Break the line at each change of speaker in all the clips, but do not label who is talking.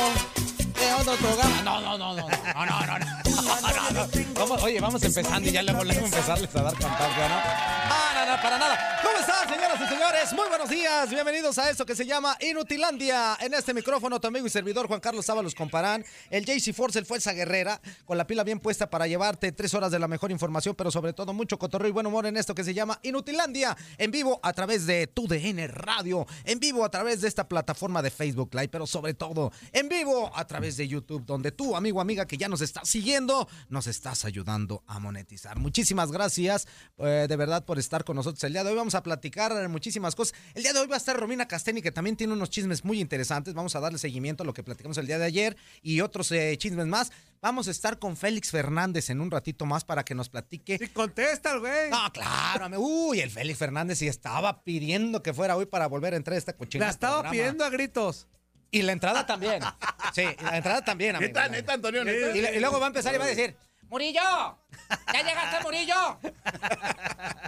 de otro programa. No, no, no, no, no, no, no, no, no, no, no. Vamos, oye, vamos empezando y ya luego luego empezarles a dar cantancia, ¿no? Ah, no, no, para nada. ¿Cómo están, señoras y señores? Muy buenos días. Bienvenidos a esto que se llama Inutilandia. En este micrófono, tu amigo y servidor Juan Carlos Sábalos Comparán, el JC Force, el Fuerza Guerrera, con la pila bien puesta para llevarte tres horas de la mejor información, pero sobre todo mucho cotorreo y buen humor en esto que se llama Inutilandia. En vivo a través de tu DN Radio, en vivo a través de esta plataforma de Facebook Live, pero sobre todo en vivo a través de YouTube, donde tú, amigo, amiga, que ya nos estás siguiendo, nos estás ayudando a monetizar. Muchísimas gracias, eh, de verdad, por estar con nosotros el día de hoy. Vamos a platicar eh, muchísimas cosas. El día de hoy va a estar Romina Casteni, que también tiene unos chismes muy interesantes. Vamos a darle seguimiento a lo que platicamos el día de ayer y otros eh, chismes más. Vamos a estar con Félix Fernández en un ratito más para que nos platique
Y contesta el güey.
no, claro, amigo. Uy, el Félix Fernández sí estaba pidiendo que fuera hoy para volver a entrar a esta cochina.
La estaba pidiendo a gritos.
Y la entrada también. Ah, Sí, la entrada también, amigo.
Neta, neta, Antonio, neta.
Y, le- y luego va a empezar y va a decir, Murillo, ya llegaste Murillo.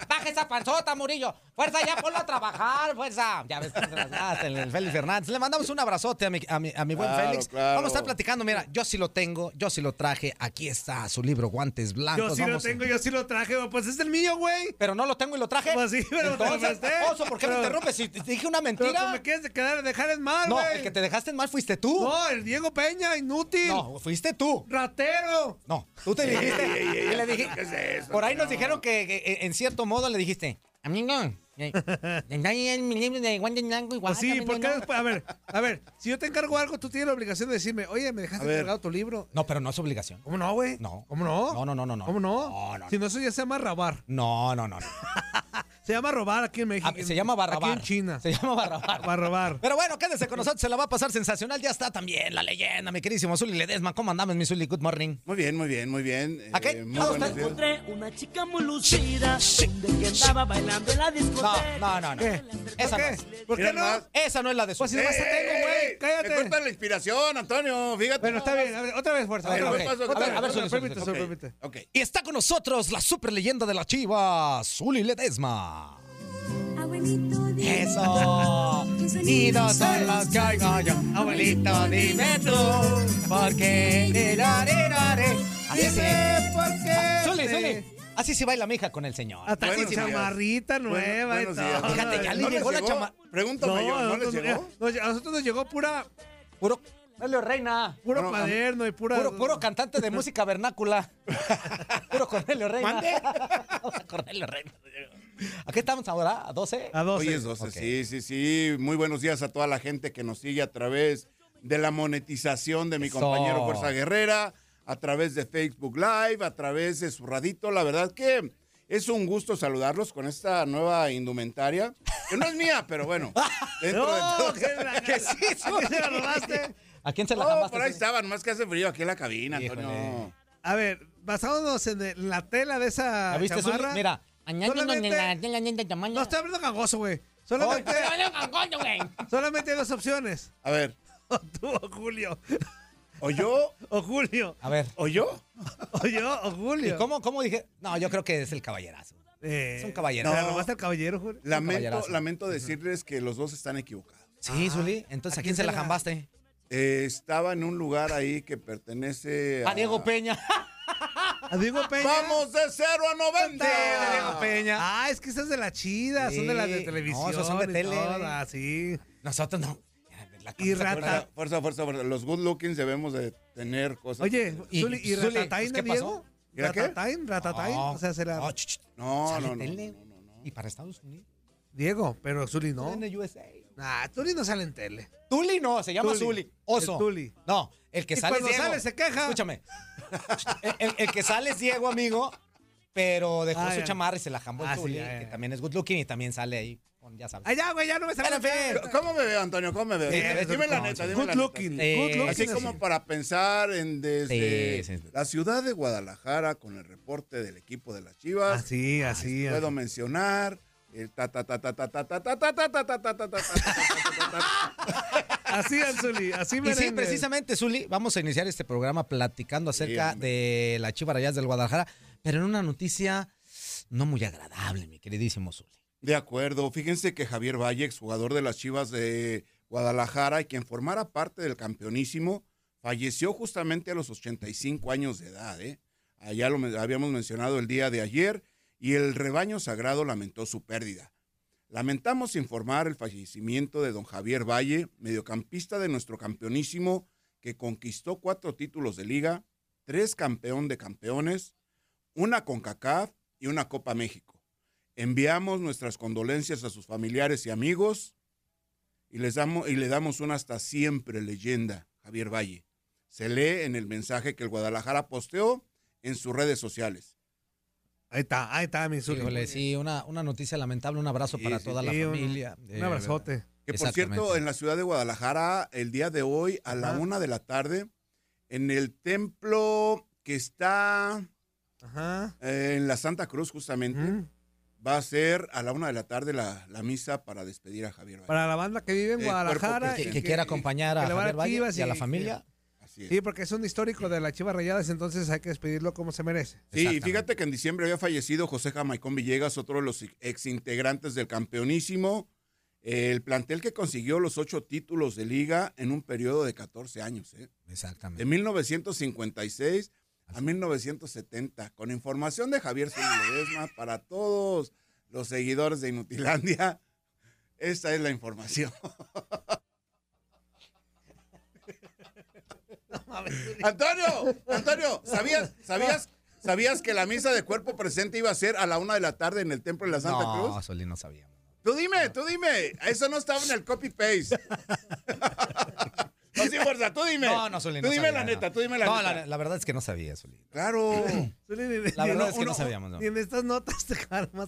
Baja esa panzota, Murillo. Fuerza, ya ponlo a trabajar, fuerza. Ya ves cómo se las gasta el Félix Fernández. Le mandamos un abrazote a mi, a mi- a mi buen
Claro,
Félix.
claro.
Vamos a estar platicando, mira, yo sí lo tengo, yo sí lo traje. Aquí está su libro, Guantes Blancos.
Yo sí lo
Ah, pues Vamos a-
tengo, yo sí lo traje. güey. Pues es el mío, güey.
Pero no lo tengo y lo traje.
Pues sí, pero te lo
Entonces,
presté.
oso, ¿por qué me
Pero-
interrumpes? Si te dije una
Pero que
mentira.
me quieres de quedar, dejar en mal,
No,
güey.
el que te dejaste en mal fuiste tú.
No, el Diego Peña, inútil.
No, fuiste tú.
Ratero.
No, tú te dijiste. y le dije-
¿Qué es eso?
por ahí nos dijeron que, que, en cierto modo le dijiste, amigo, eh, ahí en mi libro de Guante Blanco igual,
Pues sí,
amigo,
porque
no".
después, a ver, a ver, si yo te encargo algo, tú tienes la obligación de decirme, oye, me dejaste
A ver.
encargado tu libro.
No, pero no es obligación.
¿Cómo no, güey?
No.
¿Cómo no?
No, no, no, no, no.
¿Cómo no?
No, no,
Si no, eso ya se llama rabar.
No, no, no. no.
Se llama robar aquí en México.
Ah, se llama Barrabar.
Aquí en China.
Se llama Barrabar.
Barrabar.
Pero bueno, quédese con nosotros, se la va a pasar sensacional. Ya está también la leyenda, mi queridísimo Zuli Ledesma. ¿Cómo andamos, mi Zuli? Good morning.
Muy bien, muy bien, muy bien. Eh,
¿A qué?
muy
Ah,
buenos
usted-
días.
encontré una chica muy lucida donde que andaba bailando en la
No,
discoteca.
no, no, no.
¿Qué? ¿Por
Esa no
qué?
es.
¿Por
Mira
qué no?
nomás.
Esa no es la de su.
Pues si nomás se tengo,
¡Eh!
güey.
Me cuentan
Cállate.
la inspiración, Antonio. Fíjate.
Bueno, está bien. A ver, otra vez, fuerza.
A ver,
otra
a
vez.
ver,
Otra
a ver,
vez,
a ver,
otra vez,
Zuli,
permite,
Zuli,
Zuli,
Ok,
permite.
ok.
Y está con nosotros la super leyenda de la Chivas, Zuli Ledesma. Eso. Y dos son los que oigo yo. Abuelito, dime tú. ¿Por qué? Ra, ra, ra, ra. Así se.
Dime por qué.
Zuli,
te-
Zuli. Así se baila mi hija con el señor.
Hasta con
Buenos días.
chamarrita nueva
Bueno,
y
buenos
todo.
días.
Fíjate, ya le
¿No les
llegó la chama-
Pregunta mayor, ¿no les
nosotros-
llegó?
nos- a nosotros nos llegó pura,
Puro. Dale, reina.
puro
Bueno, a-
cuaderno y pura.
Puro, puro cantante de música vernácula. Puro Cornelio Reina.
¿Mande?
Vamos a Cornelio Reina. ¿A qué estamos ahora? ¿A 12?
A
Hoy
12.
es 12,
Ok.
sí, sí, sí. Muy buenos días a toda la gente que nos sigue a través de la monetización de mi
Eso.
compañero Fuerza Guerrera, a través de Facebook Live, a través de su radito. La verdad que es un gusto saludarlos con esta nueva indumentaria, que no es mía, pero bueno. Dentro de todo.
que sí, sí, que se la robaste.
¿A quién se la
No,
llamaste?
por ahí estaban, más que hace frío aquí en la cabina,
Híjole.
Antonio.
A ver, basándonos en el- la tela de esa
¿La viste,
chamarra.
Zuli? Mira.
solamente- No estoy hablando cangoso, güey. Solamente, solamente hay dos opciones.
A ver,
O tú o Julio.
o yo,
O Julio.
A ver.
o yo.
O yo o
¿Y
Julio.
cómo, cómo dije? No, yo creo que es el caballerazo.
Eh,
Es un caballero.
¿te la
No.
robaste al caballero, Julio?
Lamento,
caballerazo.
lamento decirles que los dos están equivocados.
Sí, Zuli. Entonces, ¿a quién se la jambaste?
Eh, estaba en un lugar ahí que pertenece a...
A Diego Peña.
¿A Diego Peña?
¡Vamos de 0 a
Sí,
90!
de Diego Peña. Ah, es que esas de la chida, son de las de
Sí.
televisión.
No, esas son de
y
tele,
todas,
güey.
sí.
Nosotros no.
Y
Fuerza,
Rata.
fuerza, fuerza, fuerza. Los good looking debemos de tener cosas.
Oye,
Y-
Zuli, ¿y,
Zuli, pues,
Ratatain
¿qué
de Diego?
pasó?
¿Era qué?
Ratatain, Ratatain. O sea, se la...
No, ch, ch,
No,
sale
no, no,
tele.
no, no, no.
Y para Estados Unidos.
Diego, pero Zuli no.
En el USA.
Nah, Zuli no sale en tele.
Tuli no, se llama
Tuli.
Zuli. Oso.
El Tuli.
No, el que
Y
sale
cuando
es Diego.
sale, se queja.
Escúchame. El, el- el que sale es Diego, amigo, pero dejó
Ah,
su
ya.
chamarra y se la jambó el
Ah, sí,
Tuli,
ya, ya.
que también es good looking y también sale ahí, con- ya sabes.
Allá, güey, ya no me sale
Pero, pero,
tele.
¿Cómo me veo, Antonio? ¿Cómo me veo?
Sí,
Dime-
te ves
dime la
good
neta, dime la
Good
neta.
looking,
Eh,
good looking.
Así
Sí, sí,
como
sí.
para pensar en desde
Sí, sí, sí.
la ciudad de Guadalajara con el reporte del equipo de las Chivas.
Así, así.
Puedo
así.
mencionar el ta ta ta ta ta ta ta ta ta ta ta ta ta ta ta ta ta ta
Así, Anzuli, así me
Y sí, precisamente, Zuli, vamos a iniciar este programa platicando acerca
hombre.
de la Chiva Rayas del Guadalajara, pero en una noticia no muy agradable, mi queridísimo Zuli.
De acuerdo, fíjense que Javier Valle, ex jugador de las Chivas de Guadalajara y quien formara parte del campeonísimo, falleció justamente a los 85 años de edad. ¿eh? Allá lo men- habíamos mencionado el día de ayer y el rebaño sagrado lamentó su pérdida. Lamentamos informar el fallecimiento de don Javier Valle, mediocampista de nuestro campeonísimo, que conquistó cuatro títulos de liga, tres campeón de campeones, una CONCACAF y una Copa México. Enviamos nuestras condolencias a sus familiares y amigos y, les damos, y le damos una hasta siempre leyenda, Javier Valle. Se lee en el mensaje que el Guadalajara posteó en sus redes sociales.
Ahí está, ahí está mi Zuli.
Híjole, sí, una, una noticia lamentable, un abrazo
Sí,
para
sí,
toda la
sí, un-
familia. Eh,
Un abrazote.
Que por cierto,
Exactamente.
en la ciudad de Guadalajara, el día de hoy, a la
Ajá.
una de la tarde, en el templo que está
Ajá.
eh, en la Santa Cruz, justamente,
Mm.
va a ser a la una de la tarde la, la misa para despedir a Javier Valle.
Para la banda que vive en
Eh,
Guadalajara.
cuerpo
Que,
y
que quiera acompañar a
que le va a
Javier Valle
Chivas
y a
y-
la familia.
Así es.
Sí, porque es un histórico de las Chivas Rayadas, entonces hay que despedirlo como se merece.
Sí, y
Exactamente.
fíjate que en diciembre había fallecido José Jamaicón Villegas, otro de los exintegrantes del campeonísimo, el plantel que consiguió los ocho títulos de liga en un periodo de 14 años, ¿eh? de
Exactamente.
1956 a 1970, con información de Javier Zúñiga Ledesma para todos los seguidores de Inutilandia. Esta es la información. Antonio, Antonio, ¿sabías, sabías, sabías que la misa de cuerpo presente iba a ser a la una de la tarde en el Templo de la Santa
No,
Cruz?
Zuli, no sabíamos.
Tú dime, tú dime. Eso no estaba en el copy-paste. No, sí, fuerza, tú dime.
No, no, Zuli,
Tú
no
dime
sabía,
la
no.
neta, tú dime la
No,
neta.
la, la verdad es que no sabía, Zuli.
Claro.
La
verdad es que no sabíamos, ¿no?
Y en estas notas te calmas.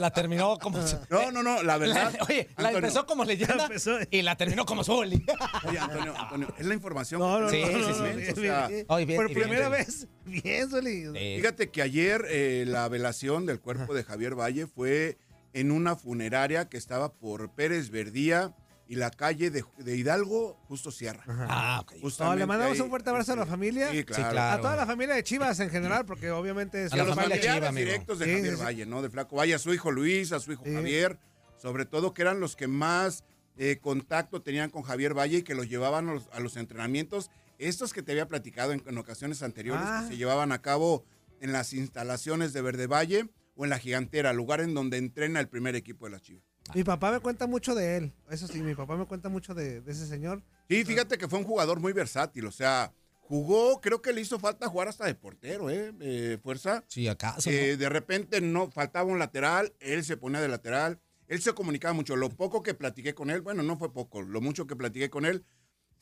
La terminó como...
Ah. No, no, no, la verdad.
Oye, la
Antonio,
empezó como leyenda
empezó.
y la terminó como Zuli.
Oye, Antonio, Antonio, es la información.
No, no,
Sí,
no, no,
sí, sí,
no,
sí,
bien,
o sea,
bien, bien.
Ay, bien,
Por
bien,
primera
bien.
vez. Bien, Zuli.
Eh,
Fíjate que ayer eh, la velación del cuerpo de Javier Valle fue en una funeraria que estaba por Pérez Verdía y la calle de, de Hidalgo, justo Sierra.
Ah, ok.
No,
Justamente
le mandamos
ahí,
un fuerte abrazo a la
este,
familia.
Sí, claro.
claro.
A toda la familia de Chivas en general, porque obviamente es
A
Y a
la
los
familia
familiares
Chiva, amigo.
directos de
Sí,
Javier
sí, sí.
Valle, ¿no? De Flaco Valle, a su hijo Luis, a su hijo
Sí.
Javier, sobre todo que eran los que más eh, contacto tenían con Javier Valle y que los llevaban a los, a los entrenamientos, estos que te había platicado en, en ocasiones anteriores,
Ah.
que se llevaban a cabo en las instalaciones de Verde Valle o en la gigantera, lugar en donde entrena el primer equipo de la Chivas.
Mi papá me cuenta mucho de él. Eso sí, mi papá me cuenta mucho de, de ese señor.
Sí, fíjate que fue un jugador muy versátil, o sea, jugó, creo que le hizo falta jugar hasta de portero, ¿eh? Eh, fuerza.
Sí, acaso.
Eh, de repente no faltaba un lateral, él se ponía de lateral, él se comunicaba mucho. Lo poco que platiqué con él, bueno, no fue poco, lo mucho que platiqué con él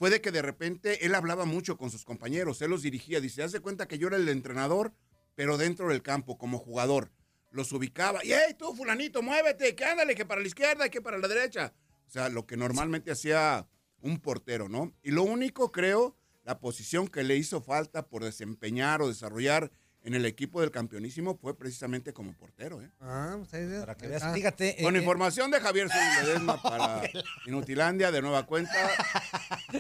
fue de que de repente él hablaba mucho con sus compañeros, él los dirigía, dice, hace cuenta que yo era el entrenador, pero dentro del campo, como jugador. Los ubicaba, y hey, tú, fulanito, muévete, que ándale, que para la izquierda, que para la derecha. O sea, lo que normalmente hacía un portero, ¿no? Y lo único, creo, la posición que le hizo falta por desempeñar o desarrollar en el equipo del campeonísimo fue precisamente como portero. ¿eh?
Ah, pues ahí-
Para que veas,
ah,
fíjate. eh,
Con
eh,
información de Javier Solís Ledesma para Inutilandia, de nueva cuenta,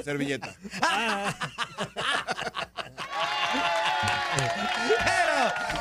servilleta.
Ah,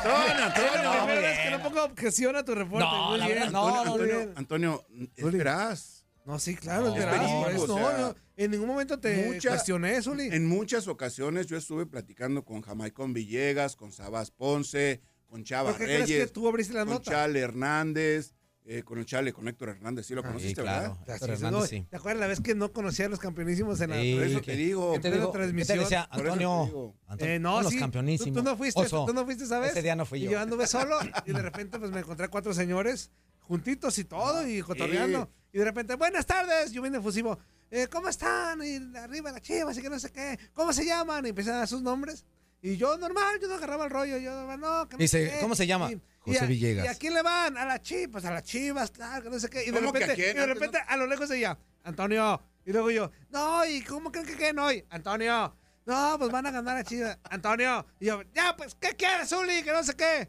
pero-
Antonio,
la
Antonio,
primera
muy
vez que
bien.
no pongo objeción a tu reporte.
No,
muy
la
bien.
verdad, no,
Antonio,
no,
Antonio.
bien.
Antonio, esperás.
No, sí, claro,
No,
es veraz,
esperemos,
por eso,
o
pues, no,
sea,
no, en ningún momento te
mucha-
cuestioné, Zuli.
En muchas ocasiones yo estuve platicando con Jamaicón Villegas, con Sabás Ponce, con Chava
¿Por qué crees que
Reyes,
tú abriste la
con
nota?
Chale Hernández, eh, con el Chale, con Héctor Hernández, sí lo
Ah,
conociste,
Sí, claro.
¿verdad?
Así
Héctor
es,
Hernández,
¿no?
sí.
¿Te acuerdas la vez que no conocía a los campeonísimos en la
Sí,
Por eso
que-
te digo,
¿Qué te,
en la
digo? ¿Qué
transmisión.
te decía
Por eso te
Antonio?
digo.
Antonio,
Eh, no,
los
sí. Tú,
campeonísimos.
tú no fuiste,
Oso.
tú no fuiste, ¿sabes?
Ese día no fui
Y
yo.
yo anduve solo y de repente pues me encontré a cuatro señores juntitos y todo
Ah,
y cotorreando. Y de repente, buenas tardes, yo vine fusivo. "Eh, ¿Cómo están? Y arriba las chivas y que no sé qué. ¿Cómo se llaman? Y empiezan a dar sus nombres. Y yo normal, yo no agarraba el rollo. Yo normal, no, que no
Y
sé
se-
qué".
¿cómo se llama?
Y-
José
y a-
Villegas.
¿Y a quién le van? A las chivas, a las chivas, claro, que no sé qué. Y de
¿Cómo que a
repente,
quién?
y de
Antes
repente a lo lejos ella, Antonio. Y luego yo, no, ¿y cómo creen que queden hoy? Antonio, no, pues van a ganar a Chivas. Antonio, y yo, ya, pues, ¿qué quieres, Zuli? Que no sé qué.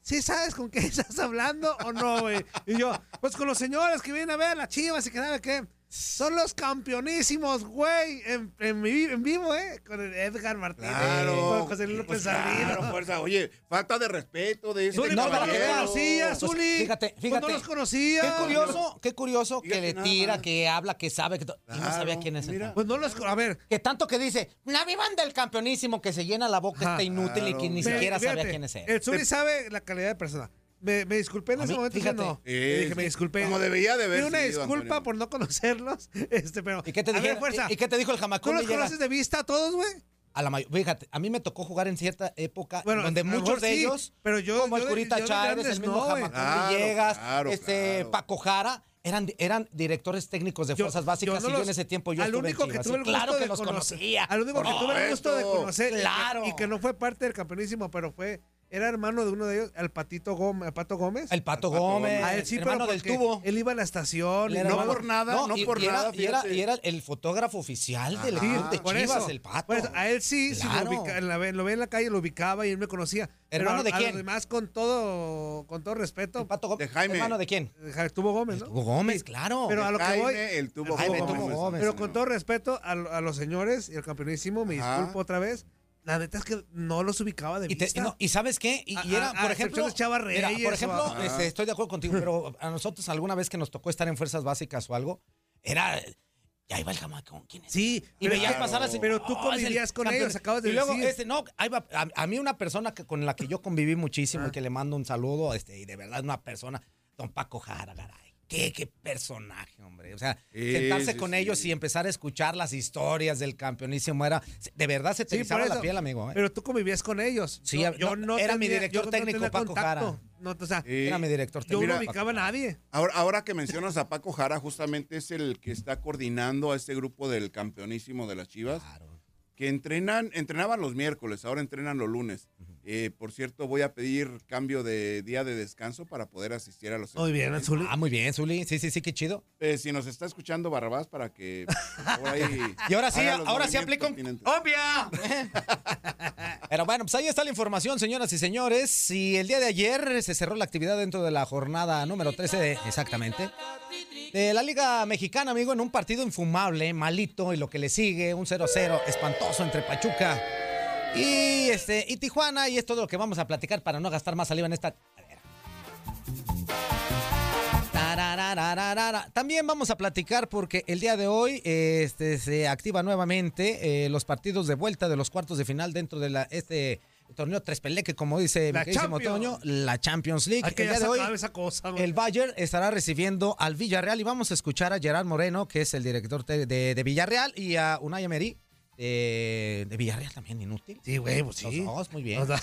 ¿Sí sabes con qué estás hablando o no, güey? Y yo, pues con los señores que vienen a ver a las Chivas y que sabe qué. Son los campeonísimos, güey, en, en mi- en vivo, ¿eh? Con el Edgar Martínez,
Claro.
con José Luis López
Pues claro,
Sardino.
fuerza. Oye, falta de respeto de este
Zuli,
No,
no, no los
caballero.
conocía,
Pues,
Zuli.
fíjate,
Pues
fíjate.
No los conocía.
Qué curioso, qué curioso que
Fíjate
le
nada
tira,
más.
que habla, que sabe. Que to- y no
Claro,
sabía quién es. el-
mira.
Pues no los. A ver,
Que tanto que dice, la vivan del campeonísimo, que se llena la boca,
Ajá.
está inútil y
Claro,
que ni
Pero,
siquiera
Ah, fíjate,
sabía quién es él.
El Zuli sabe la calidad de persona. Me, me disculpé en
A
ese
mí,
momento. sí,
fíjate.
no.
Sí,
Le dije,
sí.
me disculpé.
Como debería de haber
Pido una
sido,
disculpa
Antonio.
por no conocerlos. Este, pero.
¿Y qué te
a ver,
dijeron?
fuerza,
¿Y- y qué te dijo el
¿Tú
jamacón?
los
Villegas?
conoces de vista a todos, güey?
A la mayor, fíjate, a mí me tocó jugar en cierta época
Bueno,
donde
a lo mejor
muchos de
sí,
ellos,
pero yo-
como el
yo de-
Curita
yo de
Chávez,
grandes
el mismo
no, güey.
Jamacón
Claro,
Villegas,
claro,
este,
claro.
Paco Jara, eran, eran directores técnicos de
Yo-
Fuerzas Básicas
yo no
y yo
los-
en ese tiempo yo
al
estuve en
único que
Chivas,
tuve el
y claro
gusto
que
de
los
conocer-
conocía.
Al único que
Por
tuve el gusto de
supuesto.
conocer. y que-
Claro.
Y que no fue parte del campeonísimo, pero fue. Era hermano de uno de ellos, al Patito Gómez. Al Pato Gómez.
El Pato
Al Pato
Gómez,
Gómez.
a él sí, pero
hermano del
porque
tubo.
Él iba a la estación.
Él
y
era
no
todo.
hermano-
por nada, no
y-
por
y era-
nada,
Y era,
fíjate.
y era el fotógrafo oficial del
Ajá.
Sí,
equipo de
por
Chivas,
eso,
el Pato.
por eso, a él sí, si
Claro.
lo, ubica- la ve- lo ve en la calle, lo ubicaba y él me conocía. Pero
¿Hermano
a-
de
a
quién?
los demás, con todo, con todo respeto,
El Pato Gómez.
De Jaime.
¿Hermano de quién?
tuvo Gómez,
Hugo
¿no?
Gómez, claro.
Pero a lo que
Jaime,
voy,
el tubo
Jaime
Gómez.
Tubo Gómez,
pero con todo respeto a, lo- a los señores y al campeonísimo, me
Ajá.
disculpo otra vez. La neta es que no los ubicaba de
Y, te-
vista.
y no, y sabes qué, y, y
A-
era,
a- a
por ejemplo,
excepción de Chava
mira,
Reyes
por
o
ejemplo,
a-
este, estoy de acuerdo contigo, pero a nosotros alguna vez que nos tocó estar en fuerzas básicas o algo, era, ya iba el jamacón, ¿quién es?
Sí,
Y veías
claro.
pasar así.
Pero tú
"Oh, es el
convivías con
campeón".
ellos, acabas de
Y luego,
decir.
este, no, ahí va- a, a mí una persona que, con la que yo conviví muchísimo
Ah.
y que le mando un saludo, este, y de verdad una persona, don Paco Jara, garay. Qué, qué personaje, hombre. O sea,
Sí,
sentarse
sí,
con
sí.
ellos y empezar a escuchar las historias del campeonísimo era, de verdad se te
Sí,
erizaba
por
la
eso.
piel, amigo. ¿eh?
Pero tú convivías con ellos.
Sí,
yo,
no,
yo no
era mi
tenía-
director
yo no
técnico,
tenía
Paco
contacto.
Jara.
No, o sea,
Sí.
Era mi direcor
yo
técnico,
no ubicaba a
Paco Jara.
nadie.
Ahora, ahora que mencionas a Paco Jara, justamente es el que está coordinando a este grupo del campeonísimo de las Chivas,
Claro.
que entrenan, entrenaban los miércoles, ahora entrenan los lunes. Eh, por cierto, voy a pedir cambio de día de descanso para poder asistir a los
Muy bien,
entrenamientos.
Azul.
Ah, muy bien, Zuli. Sí, sí, sí, qué chido.
Eh, si nos está escuchando Barrabás para que por favor, ahí
Y ahora sí,
haga los
ahora sí
movimientos
aplico. un-
pertinentes.
¡Obvia! Pero bueno, pues ahí está la información, señoras y señores. Y el día de ayer se cerró la actividad dentro de la jornada número 13, de- exactamente, de la Liga Mexicana, amigo, en un partido infumable, malito, y lo que le sigue, un 0-0 espantoso entre Pachuca y, este, y Tijuana. Y es todo lo que vamos a platicar para no gastar más saliva en esta Tararararara. También vamos a platicar porque el día de hoy este, se activa nuevamente eh, los partidos de vuelta de los cuartos de final dentro de la, este torneo Trespeleque, como dice mi
La
queridísimo
Champions.
Toño, la Champions League.
Hay que
el
ya
día de
se
hoy,
acabe esa cosa, güey.
el Bayern estará recibiendo al Villarreal y vamos a escuchar a Gerard Moreno, que es el director de, de- de Villarreal, y a Unai Emery eh, de Villarreal también, inútil.
Sí, güey, pues sí.
Los dos, muy bien.
O sea,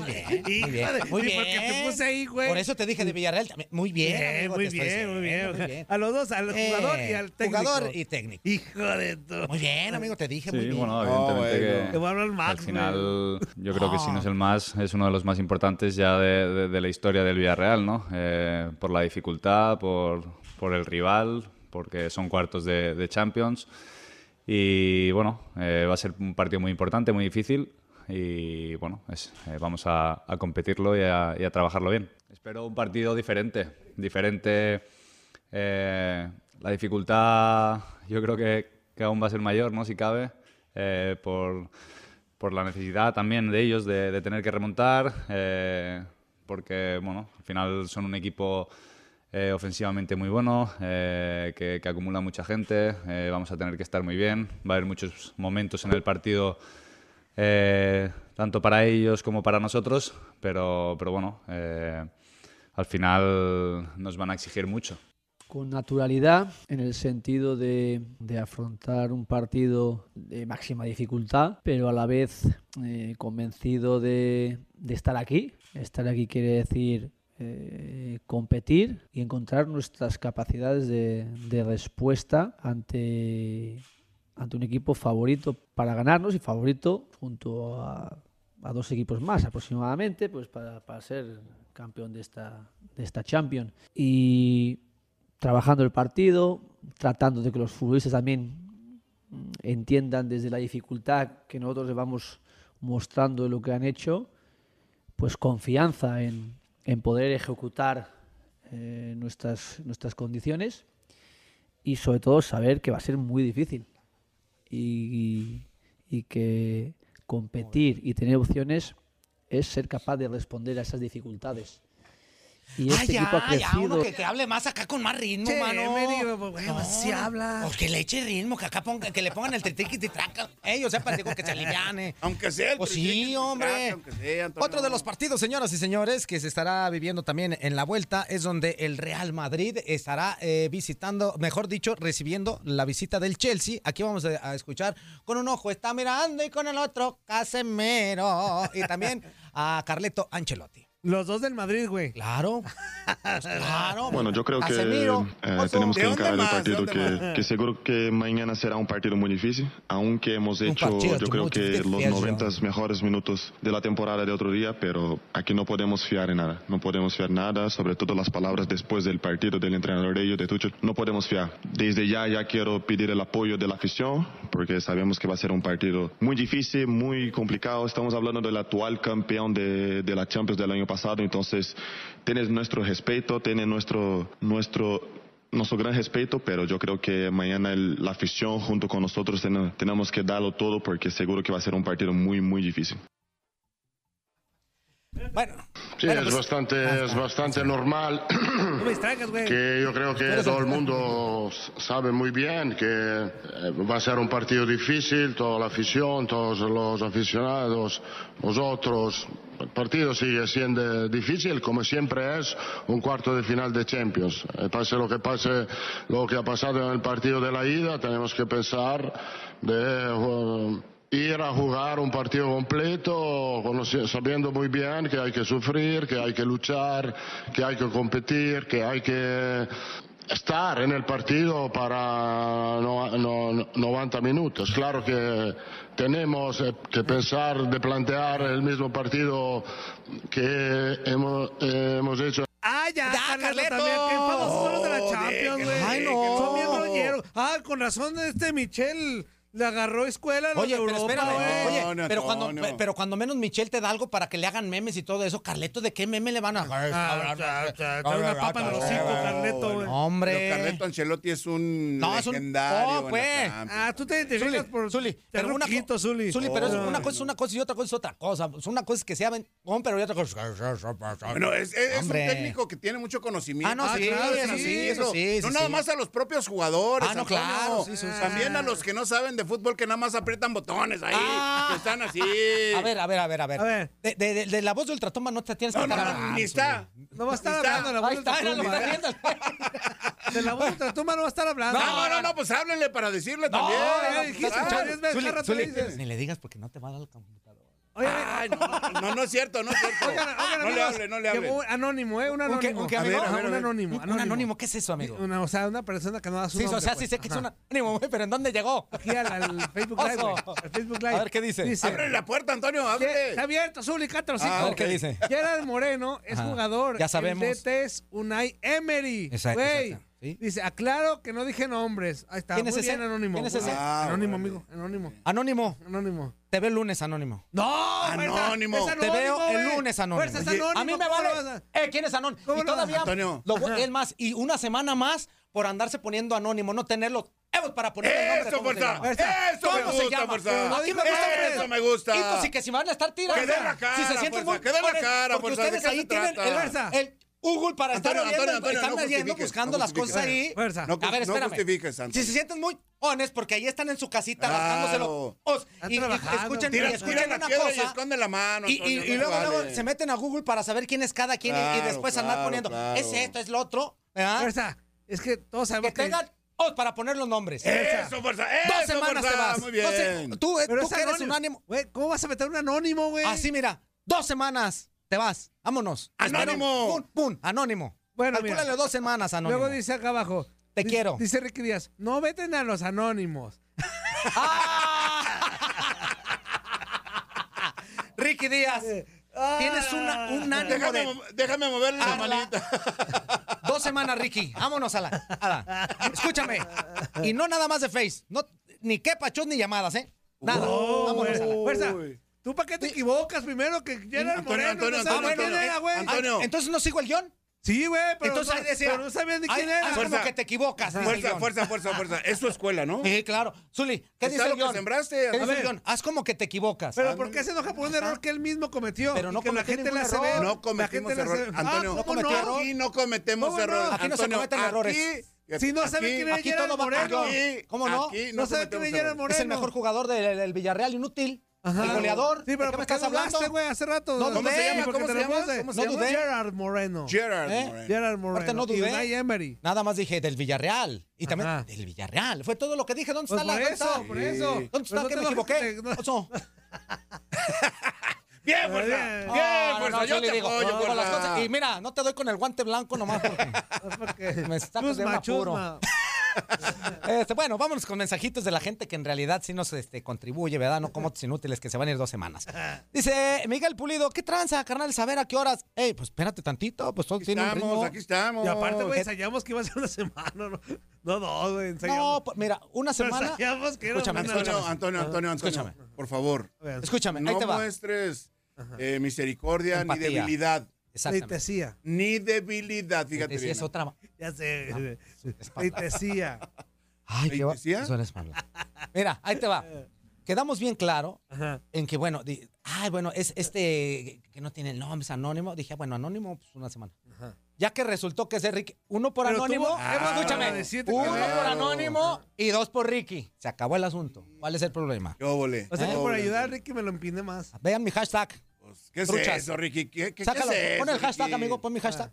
Muy bien, muy bien,
Hija de-
muy
¿y por qué te
bien.
puse ahí, güey?
Por eso te dije de Villarreal también. Muy bien. amigo,
muy
te estoy
bien, muy bien,
diciendo,
muy bien. A los dos, al
Eh,
jugador y al técnico.
Jugador y técnico.
Hijo de tu.
Muy bien, amigo, te dije
Sí,
muy bien.
bueno,
No,
evidentemente
bueno.
que-
Te voy a hablar Ah.
que
Max,
al final yo creo que si
No.
no es el más, es uno de los más importantes ya de, de- de la historia del Villarreal, ¿no? Eh, por la dificultad, por, por el rival, porque son cuartos de, de Champions. Y bueno, eh, va a ser un partido muy importante, muy difícil. Y bueno, es- eh, vamos a, a competirlo y a, y a trabajarlo bien. Espero un partido diferente. Diferente. eh, la dificultad, yo creo que, que aún va a ser mayor, ¿no? Si cabe. eh, por, por la necesidad también de ellos de, de tener que remontar, eh, porque bueno, al final son un equipo eh, ofensivamente muy bueno, eh, que, que acumula mucha gente, eh, vamos a tener que estar muy bien, va a haber muchos momentos en el partido, eh, tanto para ellos como para nosotros, pero, pero bueno, eh, al final nos van a exigir mucho.
con naturalidad en el sentido de, de afrontar un partido de máxima dificultad, pero a la vez eh, convencido de, de estar aquí. Estar aquí quiere decir eh, competir y encontrar nuestras capacidades de, de respuesta ante, ante un equipo favorito para ganarnos y favorito junto a, a dos equipos más aproximadamente pues para, para ser campeón de esta, de esta Champions. Y trabajando el partido, tratando de que los futbolistas también mm, entiendan desde la dificultad que nosotros les vamos mostrando lo que han hecho, pues confianza en, en poder ejecutar eh, nuestras, nuestras condiciones y sobre todo saber que va a ser muy difícil y, y que competir y tener opciones es ser capaz de responder a esas dificultades. Y
Ah,
este equipo ha
ya, ya, uno
crecido-
que, que hable más acá con más ritmo,
Che,
mano.
me digo, pues, bueno, así habla.
Pues que le eche ritmo, que acá ponga, que le pongan el tritriqui titraca. Ellos sepan, digo, que se aliviane.
Aunque sea el
Pues
tritriqui
sí,
titraca,
hombre.
aunque sea, Antonio.
Otro de los partidos, señoras y señores, que se estará viviendo también en la vuelta es donde el Real Madrid estará eh, visitando, mejor dicho, recibiendo la visita del Chelsea. Aquí vamos a, a escuchar con un ojo está mirando y con el otro Casemiro y también a Carleto Ancelotti.
Los dos del Madrid, güey.
Claro, pues claro.
Bueno, yo creo que
Casemiro,
eh,
Oso,
tenemos
¿de
que
dónde
encarar el
más? ¿De
partido
dónde
que,
más?
que seguro que mañana será un partido muy difícil, aunque hemos hecho
partido
yo creo
muy
que
difícil,
los
yo.
90 mejores minutos de la temporada de otro día, pero aquí no podemos fiar en nada, no podemos fiar nada, sobre todo las palabras después del partido del entrenador de ellos, de Tuchel, no podemos fiar. Desde ya ya quiero pedir el apoyo de la afición, porque sabemos que va a ser un partido muy difícil, muy complicado, estamos hablando del actual campeón de, de la Champions del año pasado, entonces tienes nuestro respeto, tienes nuestro, nuestro nuestro gran respeto, pero yo creo que mañana el- la afición junto con nosotros ten- tenemos que darlo todo porque seguro que va a ser un partido muy, muy difícil.
Bueno,
Sí,
Bueno,
es
pues,
bastante, es bastante normal
No me distraigas, güey.
que yo creo que todo el mundo s- sabe muy bien que eh, va a ser un partido difícil, toda la afición, todos los aficionados, nosotros. El partido sigue siendo difícil, como siempre es un cuarto de final de Champions. Eh, Pase lo que pase, lo que ha pasado en el partido de la ida, tenemos que pensar de eh, ir a jugar un partido completo, conoci- sabiendo muy bien que hay que sufrir, que hay que luchar, que hay que competir, que hay que estar en el partido para no- no- 90 minutos. Claro que tenemos eh, que pensar de plantear el mismo partido que hemos, eh, hemos hecho.
Ah, ya,
Ya,
Carleto,
Carleto.
también. Qué famosos son los de la
Oh,
Champions, güey.
Ay, no.
Son bien rolleros. Ah, con razón este Michel le agarró escuela a los
Oye,
de
pero
Europa,
espérame,
güey.
oye,
Antonio,
pero, cuando,
Antonio.
pero cuando menos Michelle te da algo para que le hagan memes y todo eso, Carleto, ¿de qué meme le van a
Ah, cha, cha, trae una papa en el hocico, Carleto, güey.
ah, No, hombre.
Pero Carleto Ancelotti es un
No, es un-
legendario.
Oh,
en la
pues.
Champions.
Ah, tú te identificas por...
Zuli,
Te
pero
agarró
una, co-
chiquito, Zuli.
pero es
Oh.
una cosa es una cosa y otra cosa es otra cosa. Pues Una cosa es que sea bon, pero y otra cosa
Bueno, es, es- es un
Hombre.
técnico que tiene mucho conocimiento.
Ah, no, sí, eso sí, eso sí,
No
sí,
nada
sí.
más a los propios jugadores.
Ah, no,
Antonio.
claro, sí, sí, sí.
También a los que no saben de fútbol, que nada más aprietan botones ahí.
Ah.
que están así.
A ver, a ver, a ver, a ver.
A ver.
De, de- de- de la voz de ultratoma no te tienes que
No, no,
estar
no,
hablando,
ni está.
Zuli.
No va a estar
Ahí está.
hablando la voz
Ahí
de
está, era lo que
Ultratumba,
está
¿eh?
viendo.
De la voz de Ultratumba no va a estar hablando.
No, no, no, pues háblenle para decirle
No,
también.
no,
ya dijiste,
Ah,
chale. Diez veces,
Zuli,
cada rato
Zuli,
dices.
Ni le digas porque no te va a dar el computador.
Oye,
Ay, no, no, no es cierto, no es cierto.
oigan, oigan,
no le
Ah, amigos,
hable, no le
llegó
hable.
un anónimo, ¿eh? Un
¿Un qué,
anónimo.
un qué,
A ver,
amigo?
a ver, un anónimo.
Un- Un anónimo, ¿qué es eso, amigo?
Una, o sea, una persona que no da su
Sí,
nombre,
o sea, sí
pues.
sé que es
Ajá.
un anónimo, güey, pero ¿en dónde llegó?
Aquí al, al Facebook Live, güey.
Oso.
Al Facebook Live.
A ver, ¿qué dice?
Ábrele la puerta, Antonio, ábrele.
Está abierto, Zuli, cántalo, sí.
Ah,
A ver qué dice.
Gerard Moreno es
Ajá.
jugador.
Ya sabemos.
El DT es Unai Emery.
Exacto,
Güey,
exacto.
Dice, aclaro que no dije nombres. Ahí está.
¿Quién es
Muy
ese?
bien, anónimo.
¿Quién es ese? Ah,
Ah, anónimo,
órale.
amigo. Anónimo.
Anónimo.
Anónimo.
Te veo el lunes, Anónimo.
¡No!
Anónimo.
Fuerza, es
Te veo
anónimo,
el
güey.
lunes, Anónimo.
Fuerza, es
Oye,
anónimo,
a mí me
¿cómo
vale.
lo vas
Eh, ¿quién es Anónimo?
¿Cómo
Y
lo vas a-
todavía.
Antonio.
lo voy-
Ajá.
es más, y una semana más por andarse poniendo Anónimo, no tenerlo. Evo, para poner
Eso, fuerza. Eso me
¿Cómo se
gusta,
llama?
fuerza.
A mí me gusta.
Eso
poner-
me gusta.
Y pues, y que si van a estar tirando.
Que den la cara,
si se sienten
fuerza,
muy.
que den la
ponen-
cara,
Porque
fuerza, ¿de
ustedes
qué
ahí
se
tienen
trata?
el- el Google para estar
Antonio,
oliendo,
Antonio, Antonio,
están
no
oliendo,
justifiques,
buscando
no
las cosas
justifiques.
ahí.
Fuerza. No
a ver,
jus- no
espérame.
justifiques, Antonio.
Si se sienten muy honest, porque ahí están en su casita
Claro.
rascándose los os. Y, y
trabajando.
escuchen,
Tira-
y escuchen
tira la
una
piedra y
cosa.
esconde la mano,
Y,
Antonio,
y- y
no
luego,
vale.
luego se meten a Google para saber quién es cada quien y- y
Claro,
después andar
claro,
poniendo.
claro.
Es esto, es lo otro. ¿verdad?
es que todos sabemos
que. tengan os para poner los nombres.
Eso,
fuerza.
Dos
eso,
semanas
fuerza,
te vas.
muy bien.
Dos se- tú eh,
Pero
tú
es
que eres
anónimo.
un ánimo.
¿cómo vas a meter un anónimo, güey?
Así, mira. Dos semanas te vas. Vámonos.
Anónimo.
Pum, pum, anónimo.
Bueno, mira.
Calcúlale dos semanas, anónimo.
Luego dice acá abajo.
Te
dice-
quiero.
Dice Ricky Díaz, no veten a los anónimos.
Ah. Ricky Díaz.
Ah.
Tienes una, un ánimo
Déjame
de-
mo- déjame moverle la
Hazla. Dos semanas, Ricky. Vámonos a la, a la- Escúchame. Y no nada más de Face. No, ni qué pachos ni llamadas, ¿eh? Nada.
Oh,
Vámonos a la.
Fuerza. ¿Tú para qué te equivocas primero que Gerard Moreno? no sabes quién era, güey.
Ah, Entonces no sigo el guión.
Sí, güey, pero
Entonces
no-
ahí decía,
pero no sabías ni quién
ay,
era.
ah,
Fuerza.
como que te equivocas. dice el
Fuerza,
guión.
fuerza, fuerza, fuerza. Es su escuela, ¿no?
Sí, claro. Zuli, ¿qué
Está
dice el
lo que
guión?
sembraste.
¿Qué
A
dice el
ver.
guión? Haz como que te equivocas.
Pero ¿por qué se enoja por un error que él mismo cometió?
Pero no
Y que la
cometió
gente le
ningún
hace
error.
ver.
No cometimos
cometimos
error. Antonio,
no
aquí
cometió error.
no cometemos
¿Cómo no?
error.
Aquí no se
Antonio,
cometen
aquí-
errores. Si no saben
aquí-
quién era
aquí
Gerard
todo va
Moreno.
para allá.
¿Cómo no?
Aquí
No saben quién
cometemos
es Gerard
errores.
Moreno.
Es el mejor jugador del del Villarreal, inútil. El goleador.
Sí, pero
¿De qué me
¿por qué
estás
dudaste,
hablando?
güey, hace rato?
No
¿Cómo
dudé,
se llama?
porque
¿Cómo
te
se
lo
llama?
puse.
¿Cómo
No
se llama?
dudé.
Gerard Moreno.
Gerard
¿Eh?
Moreno.
Gerard
Aparte,
Moreno.
no
Y
dudé.
Unai Emery.
Nada más dije del Villarreal. Y también
Ajá.
del Villarreal. Fue todo lo que dije. ¿Dónde
Pues
está la
por
¿dónde
eso,
está?
por eso.
¿Dónde está
Pero no
que
te
me
enojes que
equivoqué?
te-
Oso.
Bien, fuerza.
bien.
Bien,
No,
fuerza.
no,
Yo
le
te
digo,
apoyo,
no, con las
fuerza.
cosas. Y mira, no te doy con el guante blanco nomás porque me está de un
Chusma,
apuro.
chusma.
Este, bueno, vámonos con mensajitos de la gente que en realidad sí nos este, contribuye, ¿verdad? No como otros inútiles que se van a ir dos semanas. Dice Miguel Pulido, ¿qué tranza, carnal? Saber a qué horas. Ey, pues espérate tantito, pues todo tiene un
Estamos,
ritmo.
aquí estamos.
Y aparte, güey, ensayamos que iba a ser una semana. No, no, no, güey, ensayamos.
No, pues, mira, una
Pero
semana.
sabíamos que era
Escúchame,
una-
escúchame.
Antonio, Antonio, Antonio,
Escúchame.
Antonio. Por favor.
Escúchame, ahí
No
te va.
muestres eh, misericordia ni
Empatía.
debilidad.
Exactamente.
Pleitesía.
Ni debilidad, fíjate
Pleitesía
bien.
es otra.
Ya sé. güey.
espalda.
Pleitesía.
Ay, qué va-
¿Pleitesía?
Eso eres malo. Mira, ahí te va. Quedamos bien claro en que, bueno, di- ay, bueno, es este que no tiene el nombre, es anónimo. Dije, bueno, anónimo, pues una semana. Ya que resultó que es de Ricky, uno por
Pero tuvo-
anónimo,
Ah,
escúchame,
decirte que
uno
no.
por anónimo y dos por Ricky. Se acabó el asunto. ¿Cuál es el problema?
Yo volé.
O sea
¿Eh?
que por ayudar a Ricky me lo empine más.
Vean mi hashtag.
Pues, ¿Qué es
truchas.
eso, Ricky? ¿Qué, qué,
Sácalo.
¿qué es eso,
Pon el hashtag,
Ricky?
amigo, pon mi hashtag.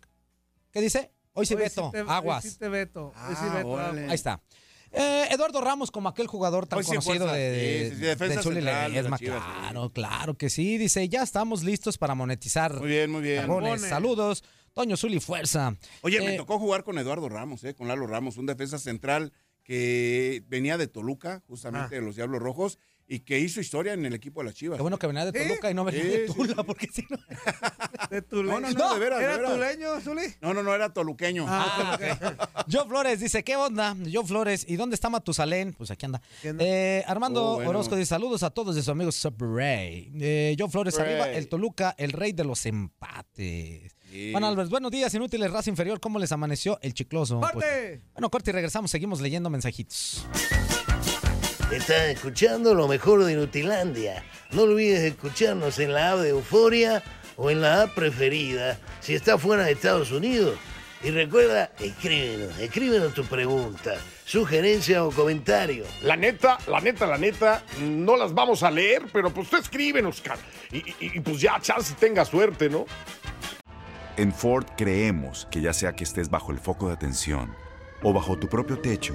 ¿Qué dice? Hoy sí,
Ah. Hoy
Beto,
te- hoy
aguas.
sí te Beto. Hoy sí
Ah,
Beto,
órale.
aguas.
Ahí está. Eh, Eduardo Ramos, como aquel jugador tan
Hoy sí,
conocido
fuerza.
de, de,
Sí, sí, sí, defensa
de Zuli
central de
Ledesma.
las Chivas,
claro, claro que sí. Dice, ya estamos listos para monetizar.
Muy bien, muy bien.
Carbones.
Carbones.
Saludos. Toño Zuli, fuerza.
Oye,
Eh,
me tocó jugar con Eduardo Ramos, eh, con Lalo Ramos, un defensa central que venía de Toluca, justamente de los Diablos Rojos, y que hizo historia en el equipo de las Chivas.
Qué bueno que venía de Toluca y no venía
Sí,
de
sí,
Tula, porque si no...
De tu
No, no, no, de veras, de
¿Era
veras.
tu leño, Zuli?
No, no, no, era toluqueño.
Ah, ok. Joe Flores dice, ¿qué onda? Joe Flores, ¿y dónde está Matusalén? Pues aquí anda. Eh, Armando
Oh, bueno.
Orozco dice, saludos a todos de sus amigos Subray. Eh, Joe Flores,
Subray.
arriba, el Toluca, el rey de los em- empates.
Sí.
Juan Albert, buenos días, inútiles, raza inferior, ¿cómo les amaneció el chicloso? Pues,
¡Corte!
bueno, corte y regresamos, seguimos leyendo mensajitos.
Estás escuchando lo mejor de Nutilandia. No olvides escucharnos en la app de Euforia o en la app preferida si estás fuera de Estados Unidos. Y recuerda, escríbenos, escríbenos tu pregunta, sugerencia o comentario.
La neta, la neta, la neta, no las vamos a leer, pero pues tú escríbenos, cara. Y, y- y pues ya, chance tenga suerte, ¿no?
En Ford creemos que ya sea que estés bajo el foco de atención o bajo tu propio techo,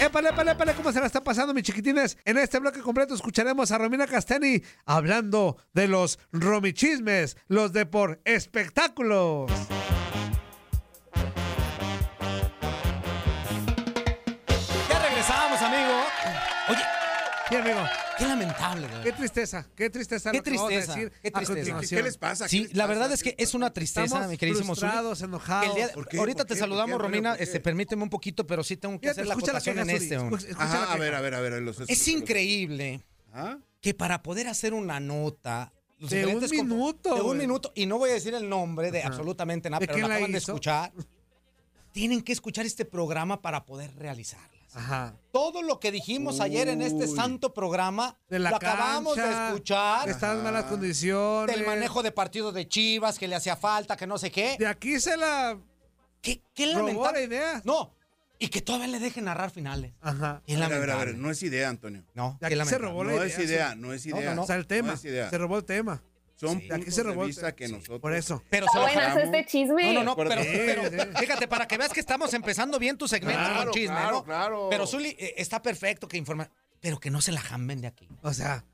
Épale, épale, épale, ¿cómo se la está pasando, mis chiquitines? En este bloque completo escucharemos a Romina Castani hablando de los romichismes, los de por espectáculos.
Ya regresamos, amigo. Oye.
Sí, amigo.
Qué lamentable, güey.
Qué tristeza, qué tristeza.
Qué
lo que acabas de
tristeza.
decir
qué
a
tristeza.
continuación.
Sí, la verdad es que es una tristeza,
Estamos
mi queridísimo Zuli.
frustrados, enojados.
El día-
¿Por qué?
Ahorita
¿Por
te
qué?
saludamos,
¿Por qué,
Romina.
Aurelio? ¿Por qué?
Este, permíteme un poquito, pero sí tengo que
Fíjate,
hacer la
escucha la
acotación
queja,
en
Zuli,
este.
escu-
hombre.
escucha Ajá, la a queja. ver, a ver,
a ver, a ver, los
Es
escucho.
increíble que para poder hacer una nota. los
¿Ah? De un
diferentes compo-
minuto,
De un
güey.
minuto. Y no voy a decir el nombre de
Ajá.
absolutamente nada,
¿De
pero
quién
la
la
acaban de
hizo?
escuchar. Tienen que escuchar este programa para poder realizarlas.
Ajá.
Todo lo que dijimos ayer en este
Uy.
santo programa
De la
lo acabamos
cancha,
de escuchar.
de estas malas condiciones.
Del manejo de partido de Chivas, que le hacía falta, que no sé qué.
De aquí se la.
¿Qué, qué
robó
lamentable?
la idea.
No. Y que todavía le dejen narrar finales.
Ajá.
Qué
A ver, a ver, a
lamentable.
ver, no es idea, Antonio.
No,
De
qué
aquí se
lamentable.
robó la
No
idea.
es idea,
sí.
no es idea.
O sea, el tema.
No es idea.
Se robó el tema.
Son
De aquí
puntos
se robó
de
el
vista
tema.
que nosotros.
Por eso.
Pero se lo
Buenas
acabamos.
este chisme.
No, no, no, pero,
Sí,
pero fíjate, para que veas que estamos empezando bien tu segmento
Claro,
con chisme,
claro,
¿no?
claro.
Pero Zuli eh, está perfecto que informa, pero que no se la jamben de aquí.
O sea,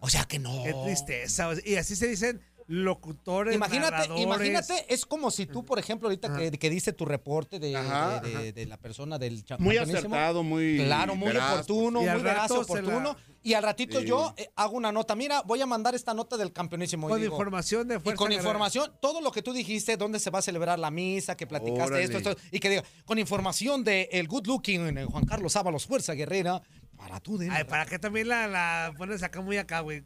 O sea que no.
qué tristeza. o sea, Y así se dicen locutores.
Imagínate,
narradores.
imagínate, es como si tú, por ejemplo, ahorita que, que diste tu reporte de,
Ajá,
de- de-
ajá.
de la persona del cha-
Muy
campeonísimo.
acertado, muy
Claro, muy
veraz, pues.
oportuno,
Y al
muy veraz,
rato se la-
oportuno. Y al ratito
Sí.
yo eh, hago una nota. Mira, voy a mandar esta nota del campeonísimo. y
Con
digo,
información de
Y
fuerza.
con
Guerrera.
información, todo lo que tú dijiste, dónde se va a celebrar la misa, que platicaste
Órale.
esto, esto, y que diga, con información de el good looking eh, Juan Carlos Ábalos, Fuerza Guerrera, para tú de
Ay, ¿para qué también la, la pones acá muy acá, güey?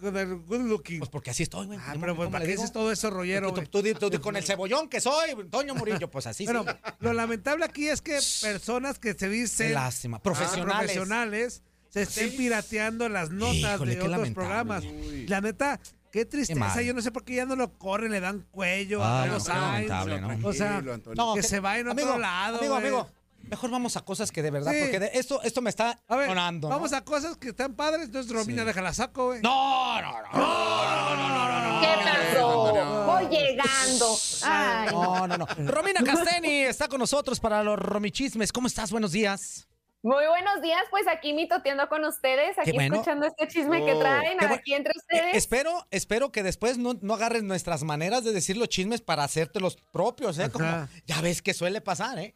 Con el good looking.
Pues porque así estoy, güey.
Ah,
¿Cómo-
pero pues,
cómo
¿para
le
qué
digo?
dices todo eso, rollero,
Tú-
güey?
tú di- tú di, con el cebollón que soy, Toño Murillo, pues así
Bueno,
sí.
lo lamentable aquí es que personas que se dicen
Qué lástima.
Ah,
Profesionales.
profesionales se estén pirateando las notas
Híjole,
de
qué
otros
lamentable.
programas. La neta, qué tristeza.
mal.
Yo no sé por qué ya no lo corren, le dan cuello
Ah,
a
no,
los
qué lamentable, ¿no?
O sea,
Tranquilo, Antonio.
que se vayan a
amigo,
otro lado.
Amigo,
güey.
amigo, mejor vamos a cosas que de verdad,
Sí.
porque de- esto, esto me está
A ver,
sonando. ¿no?
vamos a cosas que están padres. Entonces, Romina,
Sí.
déjala saco, güey.
No, no, no.
¿Qué pasó? Voy llegando. Ay.
No, no, no. Romina Casteni está con nosotros para los romichismes. ¿Cómo estás? Buenos días.
Muy buenos días, pues aquí mitoteando con ustedes, aquí
bueno.
escuchando este chisme que
Oh,
traen
qué bueno.
aquí entre
Eh,
ustedes.
espero, espero que después no, no agarres nuestras maneras de decir los chismes para hacerte los propios, ¿eh? Como,
Ajá.
ya ves que suele pasar, ¿eh?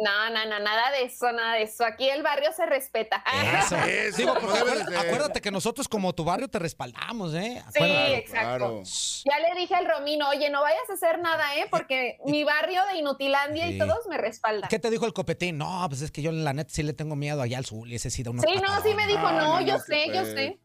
No, no, no, nada de eso, nada de eso. Aquí el barrio se respeta.
Eso.
Eso,
Digo, porque
debe
acuérdate,
de ser.
acuérdate que nosotros como tu barrio te respaldamos, ¿eh?
Sí,
Acuérdate.
exacto. Ya le dije al Romino, oye, no vayas a hacer nada, ¿eh? Porque mi barrio de Inutilandia
Sí.
y todos me respaldan.
¿Qué te dijo el copetín? No, pues es que yo la neta sí le tengo miedo allá al sur y ese sí da unos
Sí, no, sí
patadones.
me dijo,
Ah,
no,
no,
yo
no,
sé,
qué
yo
feo.
sé.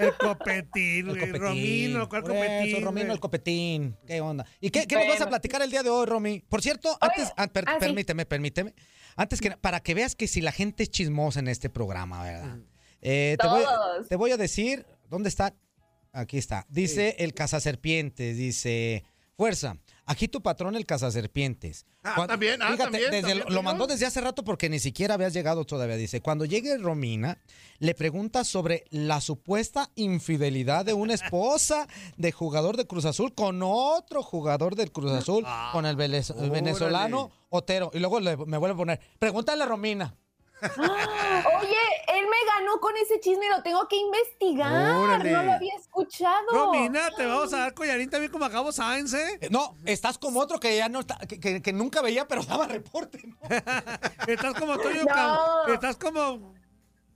El copetín,
El
güey.
copetín.
Romino, ¿cuál
Por eso,
copetín?
Romino,
güey?
el copetín. ¿Qué onda? ¿Y qué, qué nos vas a
Bueno.
platicar el día de hoy, Romy? Por cierto, antes, ah, per-
ah, sí.
permíteme, permíteme. Antes que na- para que veas que si la gente es chismosa en este programa, ¿verdad?
Mm.
Eh, te, voy,
Todos.
te voy a decir, ¿dónde está? Aquí está. Dice el cazaserpientes, dice, fuerza. Aquí tu patrón, el cazaserpientes.
Ah,
Cuan-
también, ah, también,
desde-
también,
Lo
señor.
mandó desde hace rato porque ni siquiera habías llegado todavía. Dice, cuando llegue Romina, le pregunta sobre la supuesta infidelidad de una esposa de jugador de Cruz Azul con otro jugador del Cruz
Ah,
Azul, con el, velez- el venezolano Otero. Y luego le- me vuelve a poner, pregúntale a Romina.
Oye, él me ganó con ese chisme, lo tengo que investigar.
Órale.
No lo había escuchado.
Romina, te vamos a dar collarín también como a Gabo Sáenz, ¿eh?
Eh, No, estás como otro que ya no está- que, que- que nunca veía, pero daba reporte. ¿no?
Estás como Toño
No.
Cam- Estás como.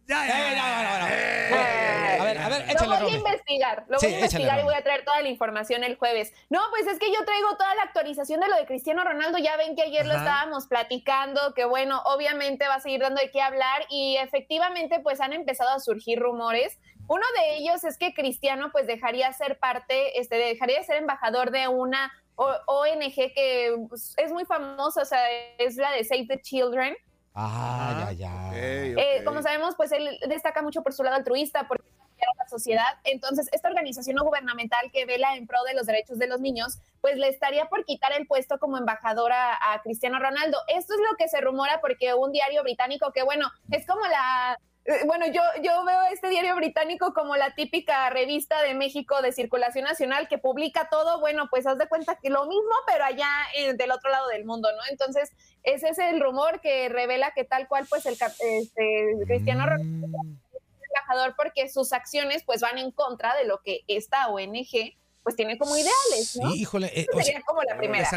Ya,
Eh,
ya,
ya, ya, ya, ya.
Eh.
A ver, a ver,
Lo
échale,
voy a
Romy.
investigar, lo
Sí,
voy a
échale,
investigar y
Romy.
voy a traer toda la información el jueves. No, pues es que yo traigo toda la actualización de lo de Cristiano Ronaldo. Ya ven que ayer lo
Ajá.
estábamos platicando, que bueno, obviamente va a seguir dando de qué hablar y efectivamente pues han empezado a surgir rumores. Uno de ellos es que Cristiano pues dejaría ser parte, este, dejaría de ser embajador de una O- ONG que pues, es muy famosa, o sea, es la de Save the Children.
Ah, ya, ya.
Ok,
Eh,
ok.
como sabemos, pues él destaca mucho por su lado altruista, porque quiere a la sociedad. Entonces, esta organización no gubernamental que vela en pro de los derechos de los niños, pues le estaría por quitar el puesto como embajadora a Cristiano Ronaldo. Esto es lo que se rumora porque un diario británico que, bueno, es como la eh, bueno, yo, yo veo este diario británico como la típica revista de México de circulación nacional que publica todo, bueno, pues haz de cuenta que lo mismo, pero allá eh, del otro lado del mundo, ¿no? Entonces, ese es el rumor que revela que tal cual, pues el cap- este, Cristiano Ronaldo es embajador porque sus acciones pues van en contra de lo que esta ONG pues tiene como ideales, ¿no?
Sí, híjole. eh,
Esa
o
sería
sea-
como la primera.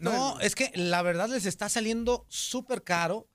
No, es que la verdad les está saliendo súper caro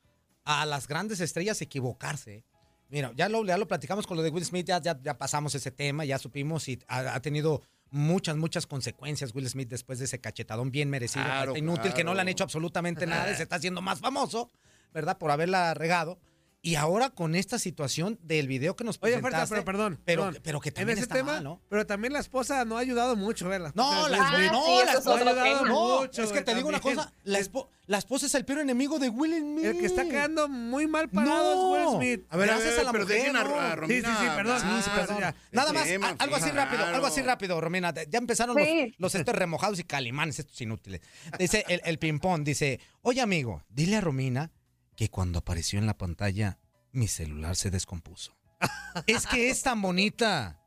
a las grandes estrellas equivocarse. ¿eh? Mira, ya lo, ya lo platicamos con lo de Will Smith, ya, ya, ya pasamos ese tema, ya supimos y ha, ha tenido muchas, muchas consecuencias Will Smith después de ese cachetadón bien merecido. para
Claro,
este inútil que no le han
claro.
hecho absolutamente nada y se está haciendo más famoso, ¿verdad? Por haberla regado. Y ahora con esta situación del video que nos
Oye,
presentaste.
Ferta, pero perdón.
Pero,
perdón.
pero que
En
también
ese
está
tema,
mal, ¿no?
Pero también la esposa no ha ayudado mucho, ¿eh? ¿verdad?
No, la, no, la esposa
no ha ayudado
no.
mucho.
es que te
güey,
digo una
también.
cosa, la, espo- la esposa es el peor enemigo de Will Smith.
El que está quedando muy mal parado es Will Smith.
A ver, gracias a la
pero
mujer,
dejen a-
¿no?
a Romina Sí, sí, sí, perdón.
Sí, sí, perdón.
hablar, ya.
Nada
El
más,
tema,
a- algo así
sí,
rápido,
claro.
algo así rápido, Romina. Te- Ya empezaron los-
Sí.
los, estos remojados y calimanes, estos inútiles. Dice el, el ping-pong, dice, oye amigo, dile a Romina que cuando apareció en la pantalla, mi celular se descompuso. es que es tan bonita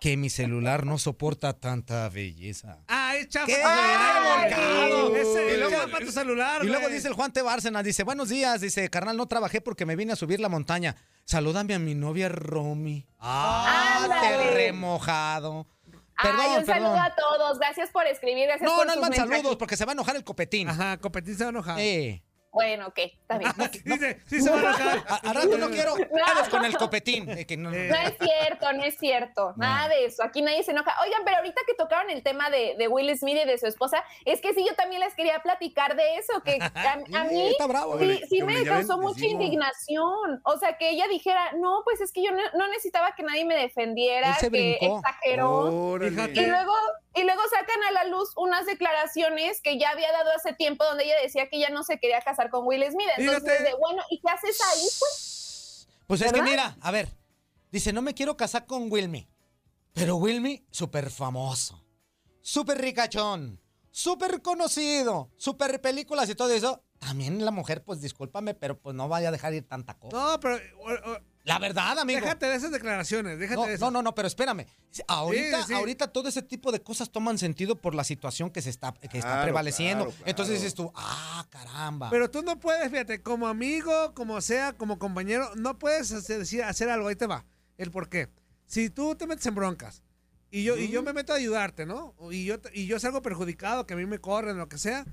que mi celular no soporta tanta belleza.
Ah, es chafa.
¡Qué
tu celular,
volcado!
güey! Ese,
Y luego-
chafa tu celular,
Y luego
güey.
dice el Juan T. Bárcena, dice, buenos días, dice, carnal, no trabajé porque me vine a subir la montaña. Salúdame a mi novia Romy. Ah,
Ándale.
te remojado. Perdón,
Ay, un
perdón.
saludo a todos. Gracias por escribir. Gracias
No,
por
no
sus
van
mensajes.
saludos porque se va a enojar el copetín.
Ajá, copetín se va a enojar.
Bueno, ok, está bien.
Dice, sí se va a enojar.
A- Al rato no quiero
No.
pedos con el copetín. Eh, que no-
No es cierto, no es cierto. Nada de eso. Aquí nadie se enoja. Oigan, pero ahorita que tocaron el tema de, de Will Smith y de su esposa, es que sí, yo también les quería platicar de eso, que a, a mí
Está bravo.
sí,
Ole,
sí
ole,
me
ya ven,
causó
les
mucha
digo.
indignación. O sea, que ella dijera, no, pues es que yo no, no necesitaba que nadie me defendiera,
Él se
que
brincó.
exageró.
Órale. Fíjate.
Y luego, y luego sacan a la luz unas declaraciones que ya había dado hace tiempo donde ella decía que ya no se quería casar con Will Smith. Entonces,
Fíjate.
de, bueno, ¿y qué haces ahí? Pues
Pues es que
¿Verdad?
mira, a ver, dice, no me quiero casar con Wilmy. Pero Wilmy, súper famoso, súper ricachón, súper conocido, súper películas y todo eso. También la mujer, pues discúlpame, pero pues no vaya a dejar ir tanta cosa.
No, pero...
la verdad, amigo.
Déjate de esas declaraciones, déjate
no,
de
no,
esas.
no, no, pero espérame. Ahorita,
Sí, sí.
ahorita todo ese tipo de cosas toman sentido por la situación que se está, que está
Claro,
prevaleciendo.
claro, claro.
Entonces dices tú, ah, caramba.
Pero tú no puedes, fíjate, como amigo, como sea, como compañero, no puedes hacer, decir- hacer algo. Ahí te va. El por qué. Si tú te metes en broncas y yo, y yo me meto a ayudarte, ¿no? Y yo, te- y yo salgo perjudicado, que a mí me corren, lo que sea.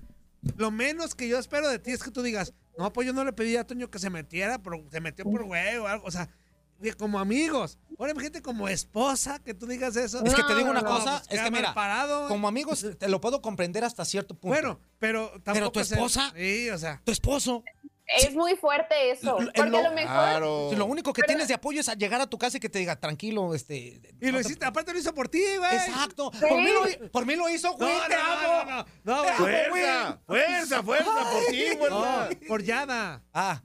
Lo menos que yo espero de ti es que tú digas, no, pues yo no le pedí a Toño que se metiera, pero se metió por huevo o algo. O sea, de- como amigos. Ahora gente como esposa que tú digas eso.
Es que te digo
No,
una
no,
cosa,
pues,
es
queda
que
mal
mira,
parado, güey.
como amigos te lo puedo comprender hasta cierto punto.
Bueno, pero tampoco
Pero tu
se-
esposa,
Sí, o sea.
tu esposo,
es muy fuerte eso.
lo-
Porque
lo-
a lo mejor.
si lo único que tienes de apoyo es a llegar a tu casa y que te diga, tranquilo, este...
Y lo hiciste, aparte lo hizo por ti, güey.
Exacto. Por, mí lo, hi- por mí lo hizo, güey.
No,
te
no,
amo.
no, no,
Te amo,
fuerza,
güey.
fuerza, fuerza, por ti,
Ay.
fuerza. Por Yada.
Ah.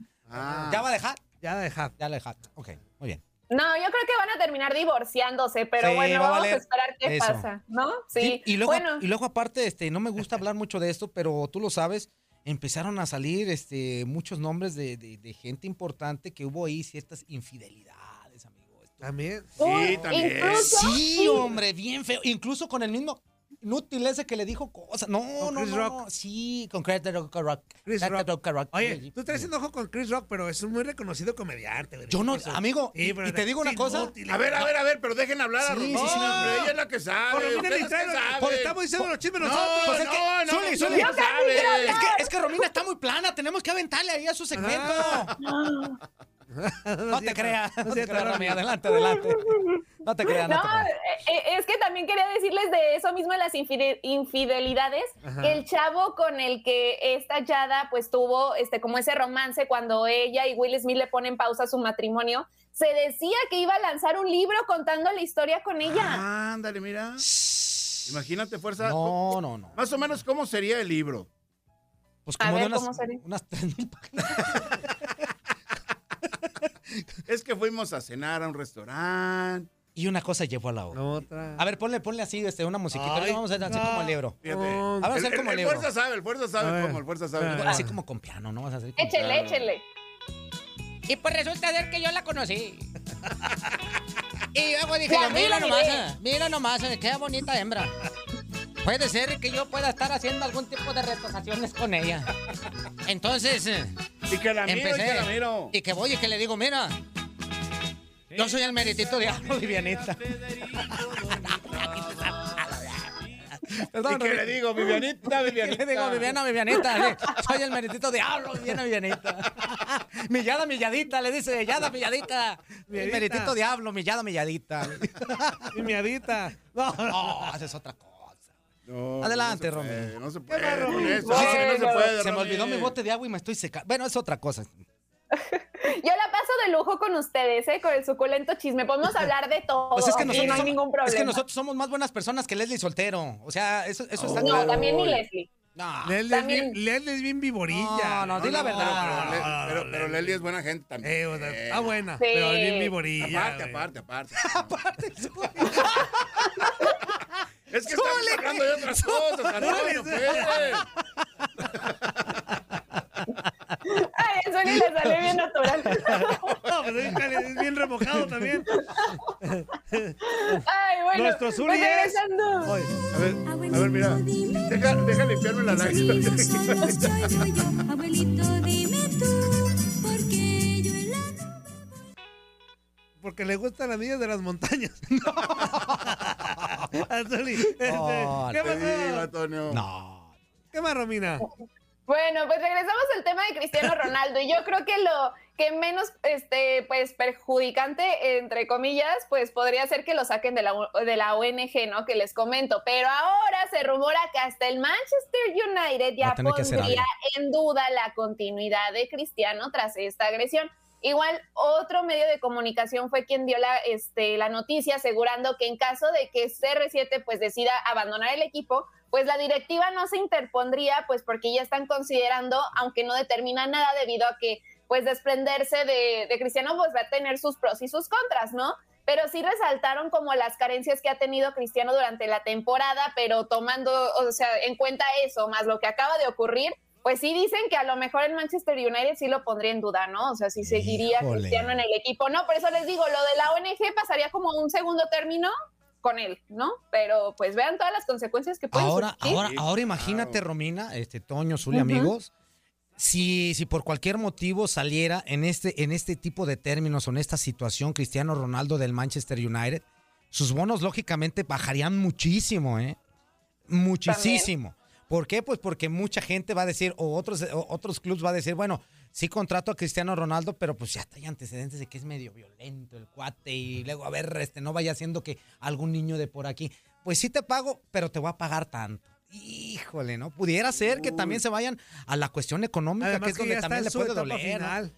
¿Ya va a dejar?
Ya va a dejar.
Ya la dejar. Ok, muy bien.
No, yo creo que van a terminar divorciándose, pero
Sí,
bueno,
va a
vamos a,
valer
esperar qué
eso.
pasa, ¿no? Sí.
Y, y luego,
bueno,
y luego aparte, este, no me gusta hablar mucho de esto, pero tú lo sabes, empezaron a salir este, muchos nombres de, de- de gente importante que hubo ahí ciertas infidelidades, amigo.
También.
Sí,
también.
Oh, incluso-
Oh, sí,
sí.
hombre, bien feo. Incluso con el mismo inútil ese que le dijo cosas. No, no,
Chris
no,
Rock.
no. Sí, con Chris Rock. Rock. Chris Rock, Rock.
Oye, tú traes enojo con Chris Rock, pero es un muy reconocido comediante. güey.
Yo no,
Eso.
amigo,
Sí,
y-
pero
y te digo una
sí,
cosa.
inútil,
A ver, a
no.
ver, a ver, pero dejen hablar a
Sí,
Romina.
sí, sí, no.
hombre, ella es la que sabe.
Por Romina
ustedes
ni
qué
traen-
saben.
por- estamos diciendo los chismes
no,
nosotros.
Pues es
no,
que,
no,
Zuli,
no,
Zuli,
no sabe.
es que, es que Romina está muy plana, tenemos que aventarle ahí a su segmento. No, te creas, no te creas, Romy, adelante, adelante. No te creas, no,
no,
te creas.
eh, eh, es que también quería decirles de eso mismo de las infide- infidelidades.
Ajá.
que El chavo con el que esta Yada pues tuvo este como ese romance cuando ella y Will Smith le ponen pausa a su matrimonio, se decía que iba a lanzar un libro contando la historia con ella.
Ah,
Ándale, mira. Imagínate, fuerza.
No, no, no.
Más o menos, ¿cómo sería el libro?
Pues
A como de ver, unas- ¿cómo sería?
unas
es que fuimos a cenar a un restaurante.
Y una cosa llevó a la otra.
Otra.
A ver, ponle, ponle así este, una musiquita. Ahorita vamos a hacer así
no.
como el libro.
Fíjate.
Vamos a hacer
El-
como
el- el
el libro.
fuerza sabe, el fuerza sabe
A ver.
cómo, el fuerza sabe
Igual,
cómo.
Así como con piano, ¿no? Vas a hacer como-
Échele, échele.
Y pues resulta ser que yo la conocí.
Y luego dije,
Ya
yo,
vi
mira
el
nomás,
video.
eh, mira nomás, eh, qué bonita hembra. Puede ser que yo pueda estar haciendo algún tipo de reposaciones con ella. Entonces, eh,
Y que la miro, y
empecé.
que la miro.
Y que voy y que le digo, mira, yo soy el meritito diablo Vivianita.
Perdón,
¿Y qué
Rubén.
le digo, Vivianita, Vivianita?
¿Qué le digo, Viviana, Vivianita? Le- soy el meritito diablo, Viviana, Vivianita. millada, milladita, le dice, millada, milladita. El
Milladita.
meritito diablo, millada, milladita. milladita. No, no, esa es otra cosa. Adelante,
no se puede, No
Romy.
se con
puede.
eso, no se- no se puede,
Se me
Romy.
olvidó mi bote de agua y me estoy secando. Bueno, es otra cosa.
Yo la paso de lujo con ustedes, ¿eh? Con el suculento chisme. Podemos hablar de todo.
Pues es que
y
nosotros,
no hay
somos,
ningún problema.
es que nosotros somos más buenas personas que Leslie Soltero. O sea, eso, eso está
No,
claro. Ah.
también ni Leslie.
No.
Leslie es bien- Leslie es bien viborilla.
No, no, di la verdad.
Pero, pero, pero Leli es buena gente también.
Eh, está ah, buena, Sí. pero es bien viborilla,
Aparte,
güey.
aparte, aparte.
Es
que estamos hablando de otras cosas, Antonio, pues.
Ay, eso ni le sale bien natural.
No, pero es bien- es bien remojado también.
Ay, bueno.
Nuestro Zuli
pues,
es-
regresando.
A ver,
Ah,
a ver, mira. Deja, deja limpiarme la lágrima.
Abuelito, dime tú, porque yo en la
Porque le gustan las niñas de las montañas. No. Azuli, este,
No,
¿Qué
te digo,
pasó?
Antonio.
¿Qué más, Romina?
Bueno, pues regresamos al tema de Cristiano Ronaldo. Y yo creo que lo que menos, este, pues, perjudicante, entre comillas, pues podría ser que lo saquen de la, U- de la ONG, ¿no? Que les comento. Pero ahora se rumora que hasta el Manchester United
Va
ya
a tener que hacer
pondría
algo.
en duda la continuidad de Cristiano tras esta agresión. Igual otro medio de comunicación fue quien dio la, este, la noticia asegurando que en caso de que CR7 pues decida abandonar el equipo, pues la directiva no se interpondría pues porque ya están considerando, aunque no determina nada debido a que pues desprenderse de, de Cristiano pues va a tener sus pros y sus contras, ¿no? Pero sí resaltaron como las carencias que ha tenido Cristiano durante la temporada, pero tomando, o sea, en cuenta eso, más lo que acaba de ocurrir, pues sí dicen que a lo mejor el Manchester United sí lo pondría en duda, ¿no? O sea, si seguiría
Híjole.
Cristiano en el equipo. No, por eso les digo, lo de la ONG pasaría como un segundo término con él, ¿no? Pero pues vean todas las consecuencias que pueden
Ahora,
surgir.
ahora, ahora imagínate, Romina, este Toño, Zuli, amigos, si, si por cualquier motivo saliera en este, en este tipo de términos o en esta situación Cristiano Ronaldo del Manchester United, sus bonos lógicamente bajarían muchísimo, ¿eh? Muchísimo. ¿Por qué? Pues porque mucha gente va a decir, o otros, o otros clubes va a decir, bueno, sí contrato a Cristiano Ronaldo, pero pues ya hay antecedentes de que es medio violento el cuate y luego, a ver, este, no vaya siendo que algún niño de por aquí, pues sí te pago, pero te voy a pagar tanto. Híjole, ¿no? Pudiera ser que también se vayan a la cuestión económica,
Además
que es
que
donde
ya está
también
en
le
su
puede
etapa
doler. ¿no?
final.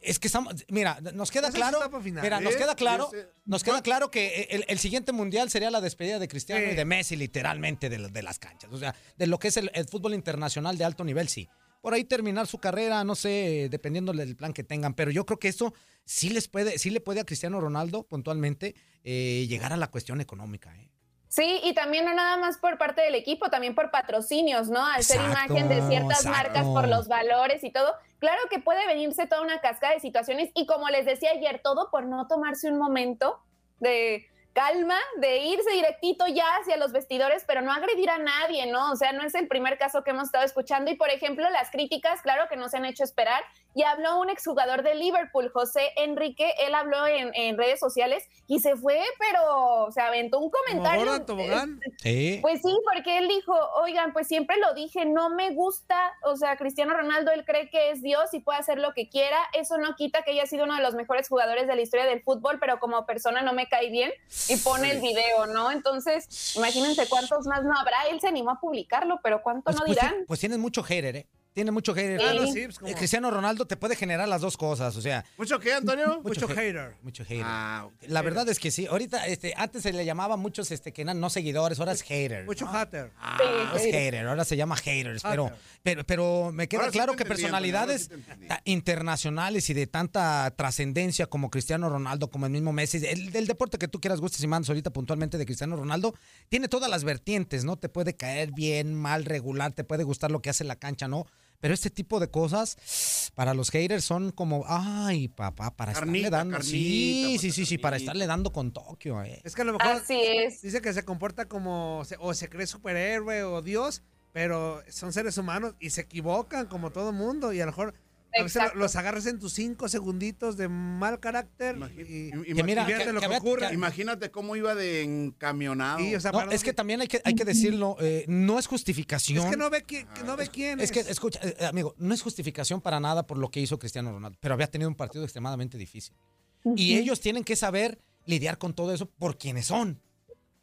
Es que estamos, mira, nos queda
Esa es su
claro,
etapa final. ¿Eh?
mira, nos
Sí,
queda claro,
sí, sí.
nos queda claro que el, el siguiente mundial sería la despedida de Cristiano
Ah. Sí.
y de Messi, literalmente de, la- de las canchas, o sea, de lo que es el, el fútbol internacional de alto nivel, sí. Por ahí terminar su carrera, no sé, dependiendo del plan que tengan, pero yo creo que eso sí les puede, sí le puede a Cristiano Ronaldo puntualmente eh, llegar a la cuestión económica. ¿eh?
Sí, y también no nada más por parte del equipo, también por patrocinios, ¿no? Al ser
Exacto,
imagen de ciertas
exacto.
marcas por los valores y todo. Claro que puede venirse toda una cascada de situaciones y como les decía ayer, todo por no tomarse un momento de calma, de irse directito ya hacia los vestidores, pero no agredir a nadie, ¿no? O sea, no es el primer caso que hemos estado escuchando y, por ejemplo, las críticas, claro que no se han hecho esperar. Y habló un exjugador de Liverpool, José Enrique, él habló en, en redes sociales y se fue, pero se aventó un comentario.
gorda en tobogán.
Sí.
Pues sí, porque él dijo, oigan, pues siempre lo dije, no me gusta, o sea, Cristiano Ronaldo, él cree que es Dios y puede hacer lo que quiera, eso no quita que haya sido uno de los mejores jugadores de la historia del fútbol, pero como persona no me cae bien y pone el video, ¿no? Entonces, imagínense cuántos más no habrá, él se animó a publicarlo, pero cuánto
Pues,
no
pues,
dirán.
ti- pues tienes mucho hater, ¿eh? Tiene mucho hater.
Sí. Ah, no, sí, pues,
¿cómo?
Eh, Cristiano Ronaldo te puede generar las dos cosas, o sea,
¿Mucho qué, Antonio?
Mucho
hate-
hater. Ah,
Mucho hater. La verdad es que sí. Ahorita, este, antes se le llamaba a muchos este, que eran no seguidores, ahora es hater.
Mucho hater.
Ah, es hater, ahora se llama haters, pero,
Hater.
pero, pero me queda
Ah, Ahora sí
claro
te
que
entendí,
personalidades
Antonio, ahora sí
ta- internacionales y de tanta trascendencia como Cristiano Ronaldo, como el mismo Messi, el, del deporte que tú quieras, gustes y mandes ahorita puntualmente de Cristiano Ronaldo, tiene todas las vertientes, ¿no? Te puede caer bien, mal, regular, te puede gustar lo que hace en la cancha, ¿no? Pero este tipo de cosas para los haters son como, ay, papá, para
Carnita,
estarle dando. sí,
carnita,
sí, sí, sí, para estarle dando con Tokio, eh.
Es que a lo mejor
Así es.
dice que se comporta como se- o se cree superhéroe o Dios, pero son seres humanos y se equivocan como todo mundo y a lo mejor a veces lo-
Exacto.
los agarras en tus cinco segunditos de mal carácter y, y fíjate lo que,
había-
ocurre.
que- Imagínate cómo iba de encamionado.
Sí, o sea,
No,
para
es que también hay que, hay que decirlo, eh, no es justificación.
Es que no ve, qui- que no ve quién
Es que, escucha, eh, eh, amigo, no es justificación para nada por lo que hizo Cristiano Ronaldo, pero había tenido un partido extremadamente difícil. Y
Ujú.
ellos tienen que saber lidiar con todo eso por quienes son.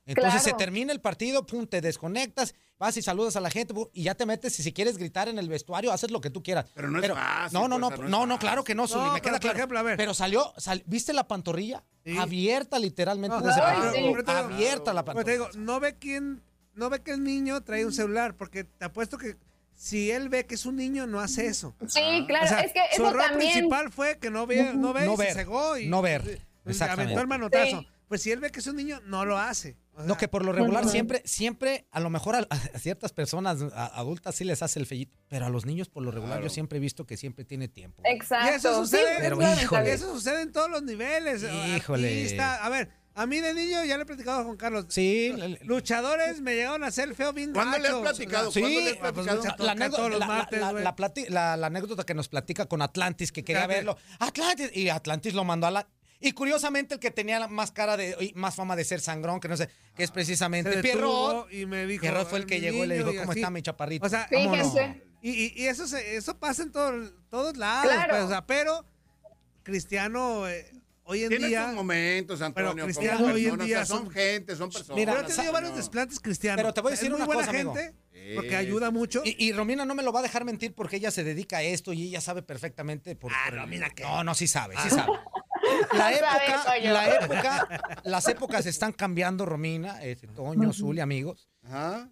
Entonces se
Claro.
termina el partido, pum, te desconectas, vas y saludas a la gente pum, y ya te metes. Y si quieres gritar en el vestuario, haces lo que tú quieras.
Pero no es fácil,
No, no,
pues,
no,
o sea, no es
no, no, claro que no,
No,
Zuli, me
pero
queda
por
claro.
ejemplo, a ver.
Pero salió, sal- ¿viste la pantorrilla? Abierta literalmente
No,
de ese
pero-
partido.
pero- pero te digo-
Abierta la
pero
pantorrilla.
te digo, no ve quién, no ve que el niño trae un celular, porque te apuesto que si él ve que es un niño, no hace eso.
Sí, claro,
O sea,
es que
su
eso
error
también.
principal fue que no ve, no ve,
No
y se
ver,
cegó y
no ver,
y- y
exactamente.
aventó el manotazo.
Sí.
Pues si él ve que es un niño, no lo hace.
No, que por lo regular
Bueno.
siempre, siempre, a lo mejor a, a ciertas personas a- adultas sí les hace el fellito, pero a los niños por lo regular
Claro.
yo siempre he visto que siempre tiene tiempo.
Exacto.
Y eso sucede,
Pero
en-
híjole.
eso sucede en todos los niveles.
Híjole.
Artista. A ver, a mí de niño ya le he platicado con Carlos.
Sí.
Luchadores me llegaron a hacer el feo bien
¿Cuándo le has
gacho.
platicado?
Sí.
¿Cuándo le has
Ah, pues,
platicado?
lucha
La
toca todos
anécdota,
los
la- la-
martes,
la-
güey.
la plati- la- la anécdota que nos platica con Atlantis, que quería
Fíjate.
verlo. Atlantis, y Atlantis lo mandó a la... Y curiosamente el que tenía la más cara de, y más fama de ser sangrón, que no sé, que es
Ah, Se
precisamente
detuvo
Pierrot.
y me dijo,
Pierrot fue el que
"Mi
llegó y le
niño",
dijo, ¿cómo
así.
está mi chaparrito?
O sea,
¿cómo no?
Fíjense. Y, y- y eso, se- eso pasa en todo- todos lados.
Claro.
pues, o sea, pero Cristiano eh, hoy en
Tiene
día...
sus momentos, Antonio.
Pero
como
Cristiano hoy en
personas, o
día
sea, son
son-
gente, son personas.
Mira, pero ha tenido varios desplantes Cristiano.
Pero te voy a
O sea,
decir
es muy
una
buena
cosa, amigo.
gente, porque ayuda mucho.
Y, y Romina no me lo va a dejar mentir porque ella se dedica a esto y ella sabe perfectamente. Por, ah, Romina, ¿qué? Ah. No, no, sí sabe, sí sabe. La
No sabe,
época,
Toño.
la época, las épocas están cambiando, Romina, este, Toño, Zuli, amigos.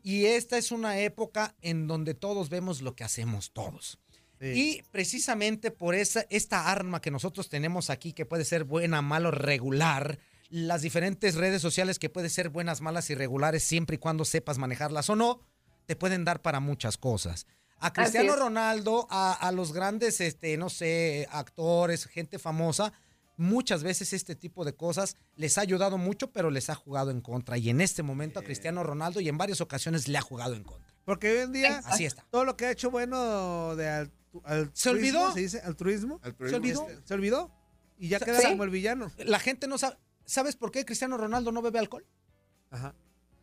Y esta es una época en donde todos vemos lo que hacemos todos. Y precisamente por esa, esta arma que nosotros tenemos aquí, que puede ser buena, malo, regular, las diferentes redes sociales que pueden ser buenas, malas y regulares, siempre y cuando sepas manejarlas o no, te pueden dar para muchas cosas. A Cristiano
es.
Ronaldo, a, a los grandes, este, no sé, actores, gente famosa, muchas veces este tipo de cosas les ha ayudado mucho, pero les ha jugado en contra. Y en este momento a Cristiano Ronaldo y en varias ocasiones le ha jugado en contra.
Porque hoy en día
Así está.
todo lo que ha hecho bueno de altu- altruismo,
¿Se olvidó?
¿se dice? altruismo,
Altruismo. ¿Se olvidó?
Este, se olvidó y ya
Sa-
queda
¿Sí?
como el villano.
La gente no sabe. ¿Sabes por qué Cristiano Ronaldo no bebe alcohol?
Ajá.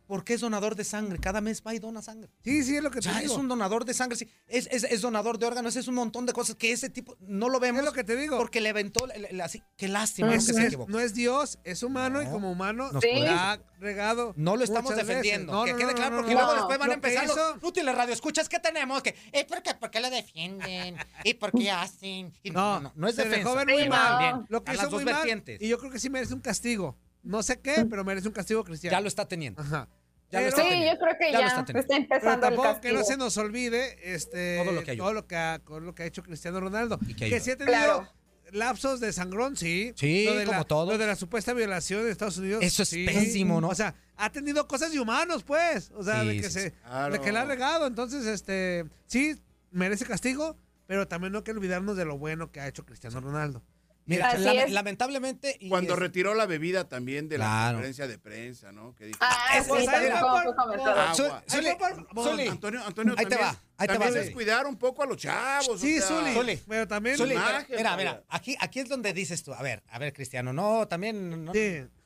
Porque es donador de sangre. Cada mes va y dona sangre.
Sí, sí, es lo que
O sea,
te digo.
es un donador de sangre, sí. Es, es- es donador de órganos, es un montón de cosas que ese tipo no lo vemos. Es lo que
te digo.
Porque le aventó, le- le- así, qué lástima
es,
que se
es-
equivocó.
no es Dios, es humano y como humano
Nos
la
puede-
ha regado.
No lo estamos
muchas veces.
defendiendo.
No,
que
no,
quede
no,
claro,
no,
porque
no.
luego después van a
Lo que
empezar los
hizo-
útiles radio. Escuchas que tenemos que. eh, Es porque, porque le defienden. Y porque hacen. y
No,
no, no, no es
se
defensa.
dejó ver muy
Sí,
mal.
también.
Lo que
A
hizo
las dos
muy mal,
vertientes.
Y yo creo que sí merece un castigo. No sé qué, pero merece un castigo Cristiano.
Ya lo está teniendo.
Ajá.
Ya lo
Pero-
está Sí, teniendo. yo creo que Ya lo ya está teniendo. está empezando
Pero
el
tampoco que
castigo.
no se nos olvide este,
Todo lo que ayuda.
todo lo que ha, todo lo que ha hecho Cristiano Ronaldo.
que
Que,
ayuda.
sí ha tenido
Claro.
lapsos de sangrón, sí.
Sí,
Lo de la-
como todos.
Lo de la supuesta violación de Estados Unidos.
Eso es
sí.
pésimo, ¿no?
O sea, ha tenido cosas de humanos, pues. O sea, de,
Sí,
que
sí,
se,
sí. Claro.
de que la ha regado. Entonces, este, sí, merece castigo, pero también no hay que olvidarnos de lo bueno que ha hecho Cristiano Ronaldo.
Mira, Así lame- es. lamentablemente.
Cuando
es-
retiró la bebida también de la
Claro.
conferencia de prensa, ¿no? Que dijo,
Ah, Ah, sí, pues, ahí también va fue por- comentado.
Agua.
Zuli, Ahí Zuli, va por- Zuli.
Antonio, Antonio,
Ahí te
también-
va, ahí te
también
va, Zuli.
descuidar un poco a los chavos.
Sí,
o sea,
Zuli, pero también-
Zuli,
Imagen,
pero- mira,
vaya.
mira, aquí, aquí es donde dices tú, a ver, a ver, Cristiano, no, también no,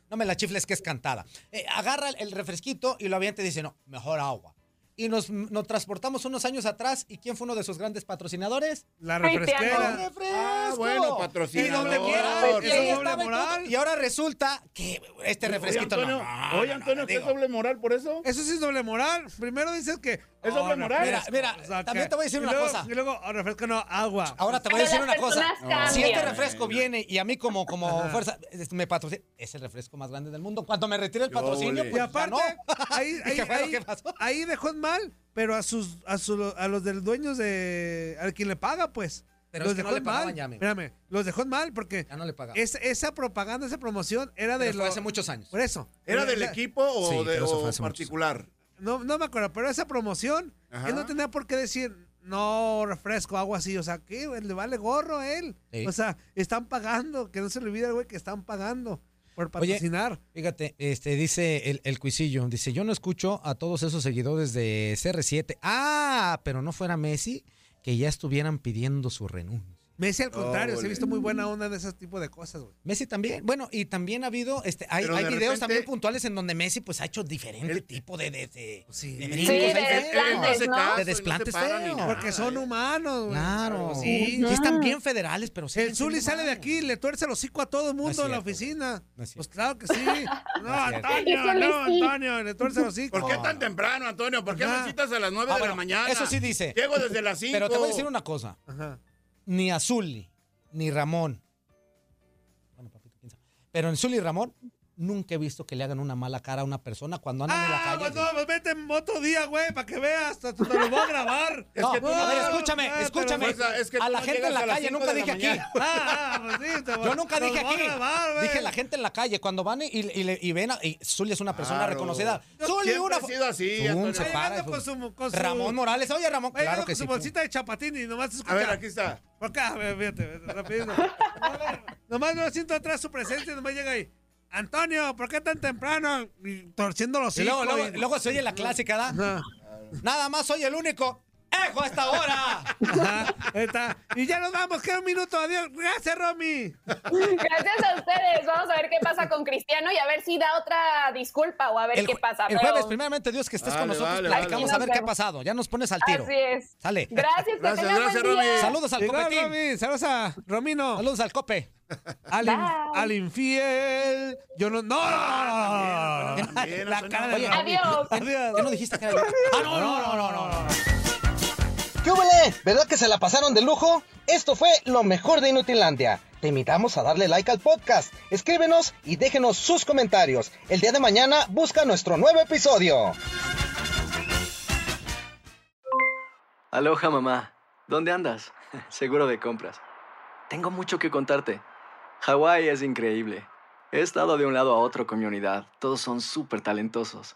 no me la chifles que es cantada. Eh, agarra el- el refresquito y lo avienta y dice, no, mejor agua. Y nos, nos transportamos unos años atrás y ¿quién fue uno de sus grandes patrocinadores?
La refresquera.
¡La refresco!
Ah, bueno,
Y donde
patrocinador.
quiera,
Ay,
y
qué doble
ahí estaba el
moral.
otro. Y ahora resulta que este refresquito
Oye, Antonio,
no.
oye, Antonio, ¿qué es doble moral por eso?
Eso sí es doble moral. Primero dices que.
Es doble
oh,
moral.
refresco,
Mira, mira, también te voy a decir
y
una
luego-
cosa.
Y luego, oh, refresco no, agua.
Ahora te voy a decir una cosa. Si este refresco
bien
viene y a mí como, como
Ajá.
fuerza es- me patrocina, es el refresco más grande del mundo. Cuando me retire el patrocinio,
y
pues ya
aparte,
no.
ahí,
¿Y
ahí,
qué fue lo
ahí-
que
ahí dejó en mal, pero a sus, a su- a los del dueños de. a quien le paga, pues.
Pero
los
es que
dejó
no le
en
pagaban
mal.
ya, amigo.
Espérame, los dejó en mal porque
Ya no le pagaban.
es- esa propaganda, esa promoción era de
Pero fue
lo-
hace muchos años.
Por eso.
¿Era del equipo o
Sí,
de
pero eso
o
fue hace muchos
particular?
No, no me acuerdo, pero esa promoción, él no tenía por qué decir, no refresco, agua así. O sea, ¿qué? güey? Le vale gorro a él.
Sí.
O sea, están pagando. Que no se le olvide, güey, que están pagando por patrocinar.
Fíjate, este dice el, el cuisillo, dice, yo no escucho a todos esos seguidores de CR7. Ah, pero no fuera Messi, que ya estuvieran pidiendo su renuncia.
Messi, al contrario, se ha visto muy buena onda en ese tipo de cosas, güey.
Messi también. Bueno, y también ha habido, este, hay,
Pero
hay
de
videos
repente-
también puntuales en donde Messi pues ha hecho diferente tipo de, de, de- de brincos,
Sí, de
hay-
desplantes,
de
¿no?
de
No
desplantes
se paran ni
feos.
nada. Porque son humanos, güey.
Claro.
Sí.
Y están bien federales, pero sí.
El Zuli sale de aquí, le tuerce el hocico a todo el mundo en la oficina. pues claro que sí. No,
cierto.
Antonio,
Híjole,
no,
sí.
Antonio, le tuerce el hocico.
¿Por qué tan temprano, Antonio? ¿Por qué
Ajá.
me citas a las 9
Ah,
de
bueno,
la mañana?
Eso sí dice.
Llego desde las 5.
Pero te voy a decir una cosa. Ni Azuli, ni Ramón. Bueno, papito, quién sabe. Pero en Azuli y Ramón nunca he visto que le hagan una mala cara a una persona cuando andan en la
Ah,
calle.
pues no, pues vete en otro día, güey, para que veas. Te, te lo voy a grabar.
Es que tú no- A ver, escúchame, escúchame. A la gente en la calle, nunca dije aquí.
Ah, pues
Yo nunca dije aquí. dije la gente en la calle, cuando van y, y, le- y ven a. Y Zully es una persona
Claro.
reconocida.
Yo
Zully,
siempre
una.
he sido así,
Zoom,
Antonio.
se
Ahí
para
ando
y
con
zoom.
su- con su-
Ramón Morales. Oye, Ramón,
Ahí
claro
ando
que
con
sí.
su bolsita de chapatín y nomás escucha.
A ver, aquí
está.
Por acá, ve- fíjate, vete, rápido. nomás no siento atrás su presencia y nomás llega ahí. Antonio, ¿por qué tan temprano? Y torciendo los
Y luego, luego, luego se oye la clásica, ¿da? Nada más soy el único. ¡Ejo a esta hora!
Ahí está. Y ya nos vamos, queda un minuto. Adiós. Gracias, Romy.
Gracias a ustedes. Vamos a ver qué pasa con Cristiano y a ver si da otra disculpa o a ver
El,
qué
jue-
pasa.
el
Ah, pero-
jueves, primeramente Dios, que estés con
Vale,
nosotros.
vale,
platicamos
vale.
a ver qué ha
Nos
pasado. Ya nos pones al tiro.
Así es.
Sale.
Gracias, que Gracias, tengan gracias, buen Romy. día.
Saludos al
Igual,
copetín.
Romy. Saludos a Romino.
Saludos al cope.
Al, in- al infiel. Yo no. ¡No! la cara de
Oye,
Romy.
Adiós. ¿Qué no dijiste que era yo? Ah, no, no, no, no, no. no.
¿Qué hubole? ¿Verdad que se la pasaron de lujo? Esto fue lo mejor de Inutilandia. Te invitamos a darle like al podcast, escríbenos y déjenos sus comentarios. El día de mañana busca nuestro nuevo episodio.
Aloha mamá, ¿dónde andas? Seguro de compras. Tengo mucho que contarte. Hawái es increíble. He estado de un lado a otro con mi unidad. Todos son súper talentosos.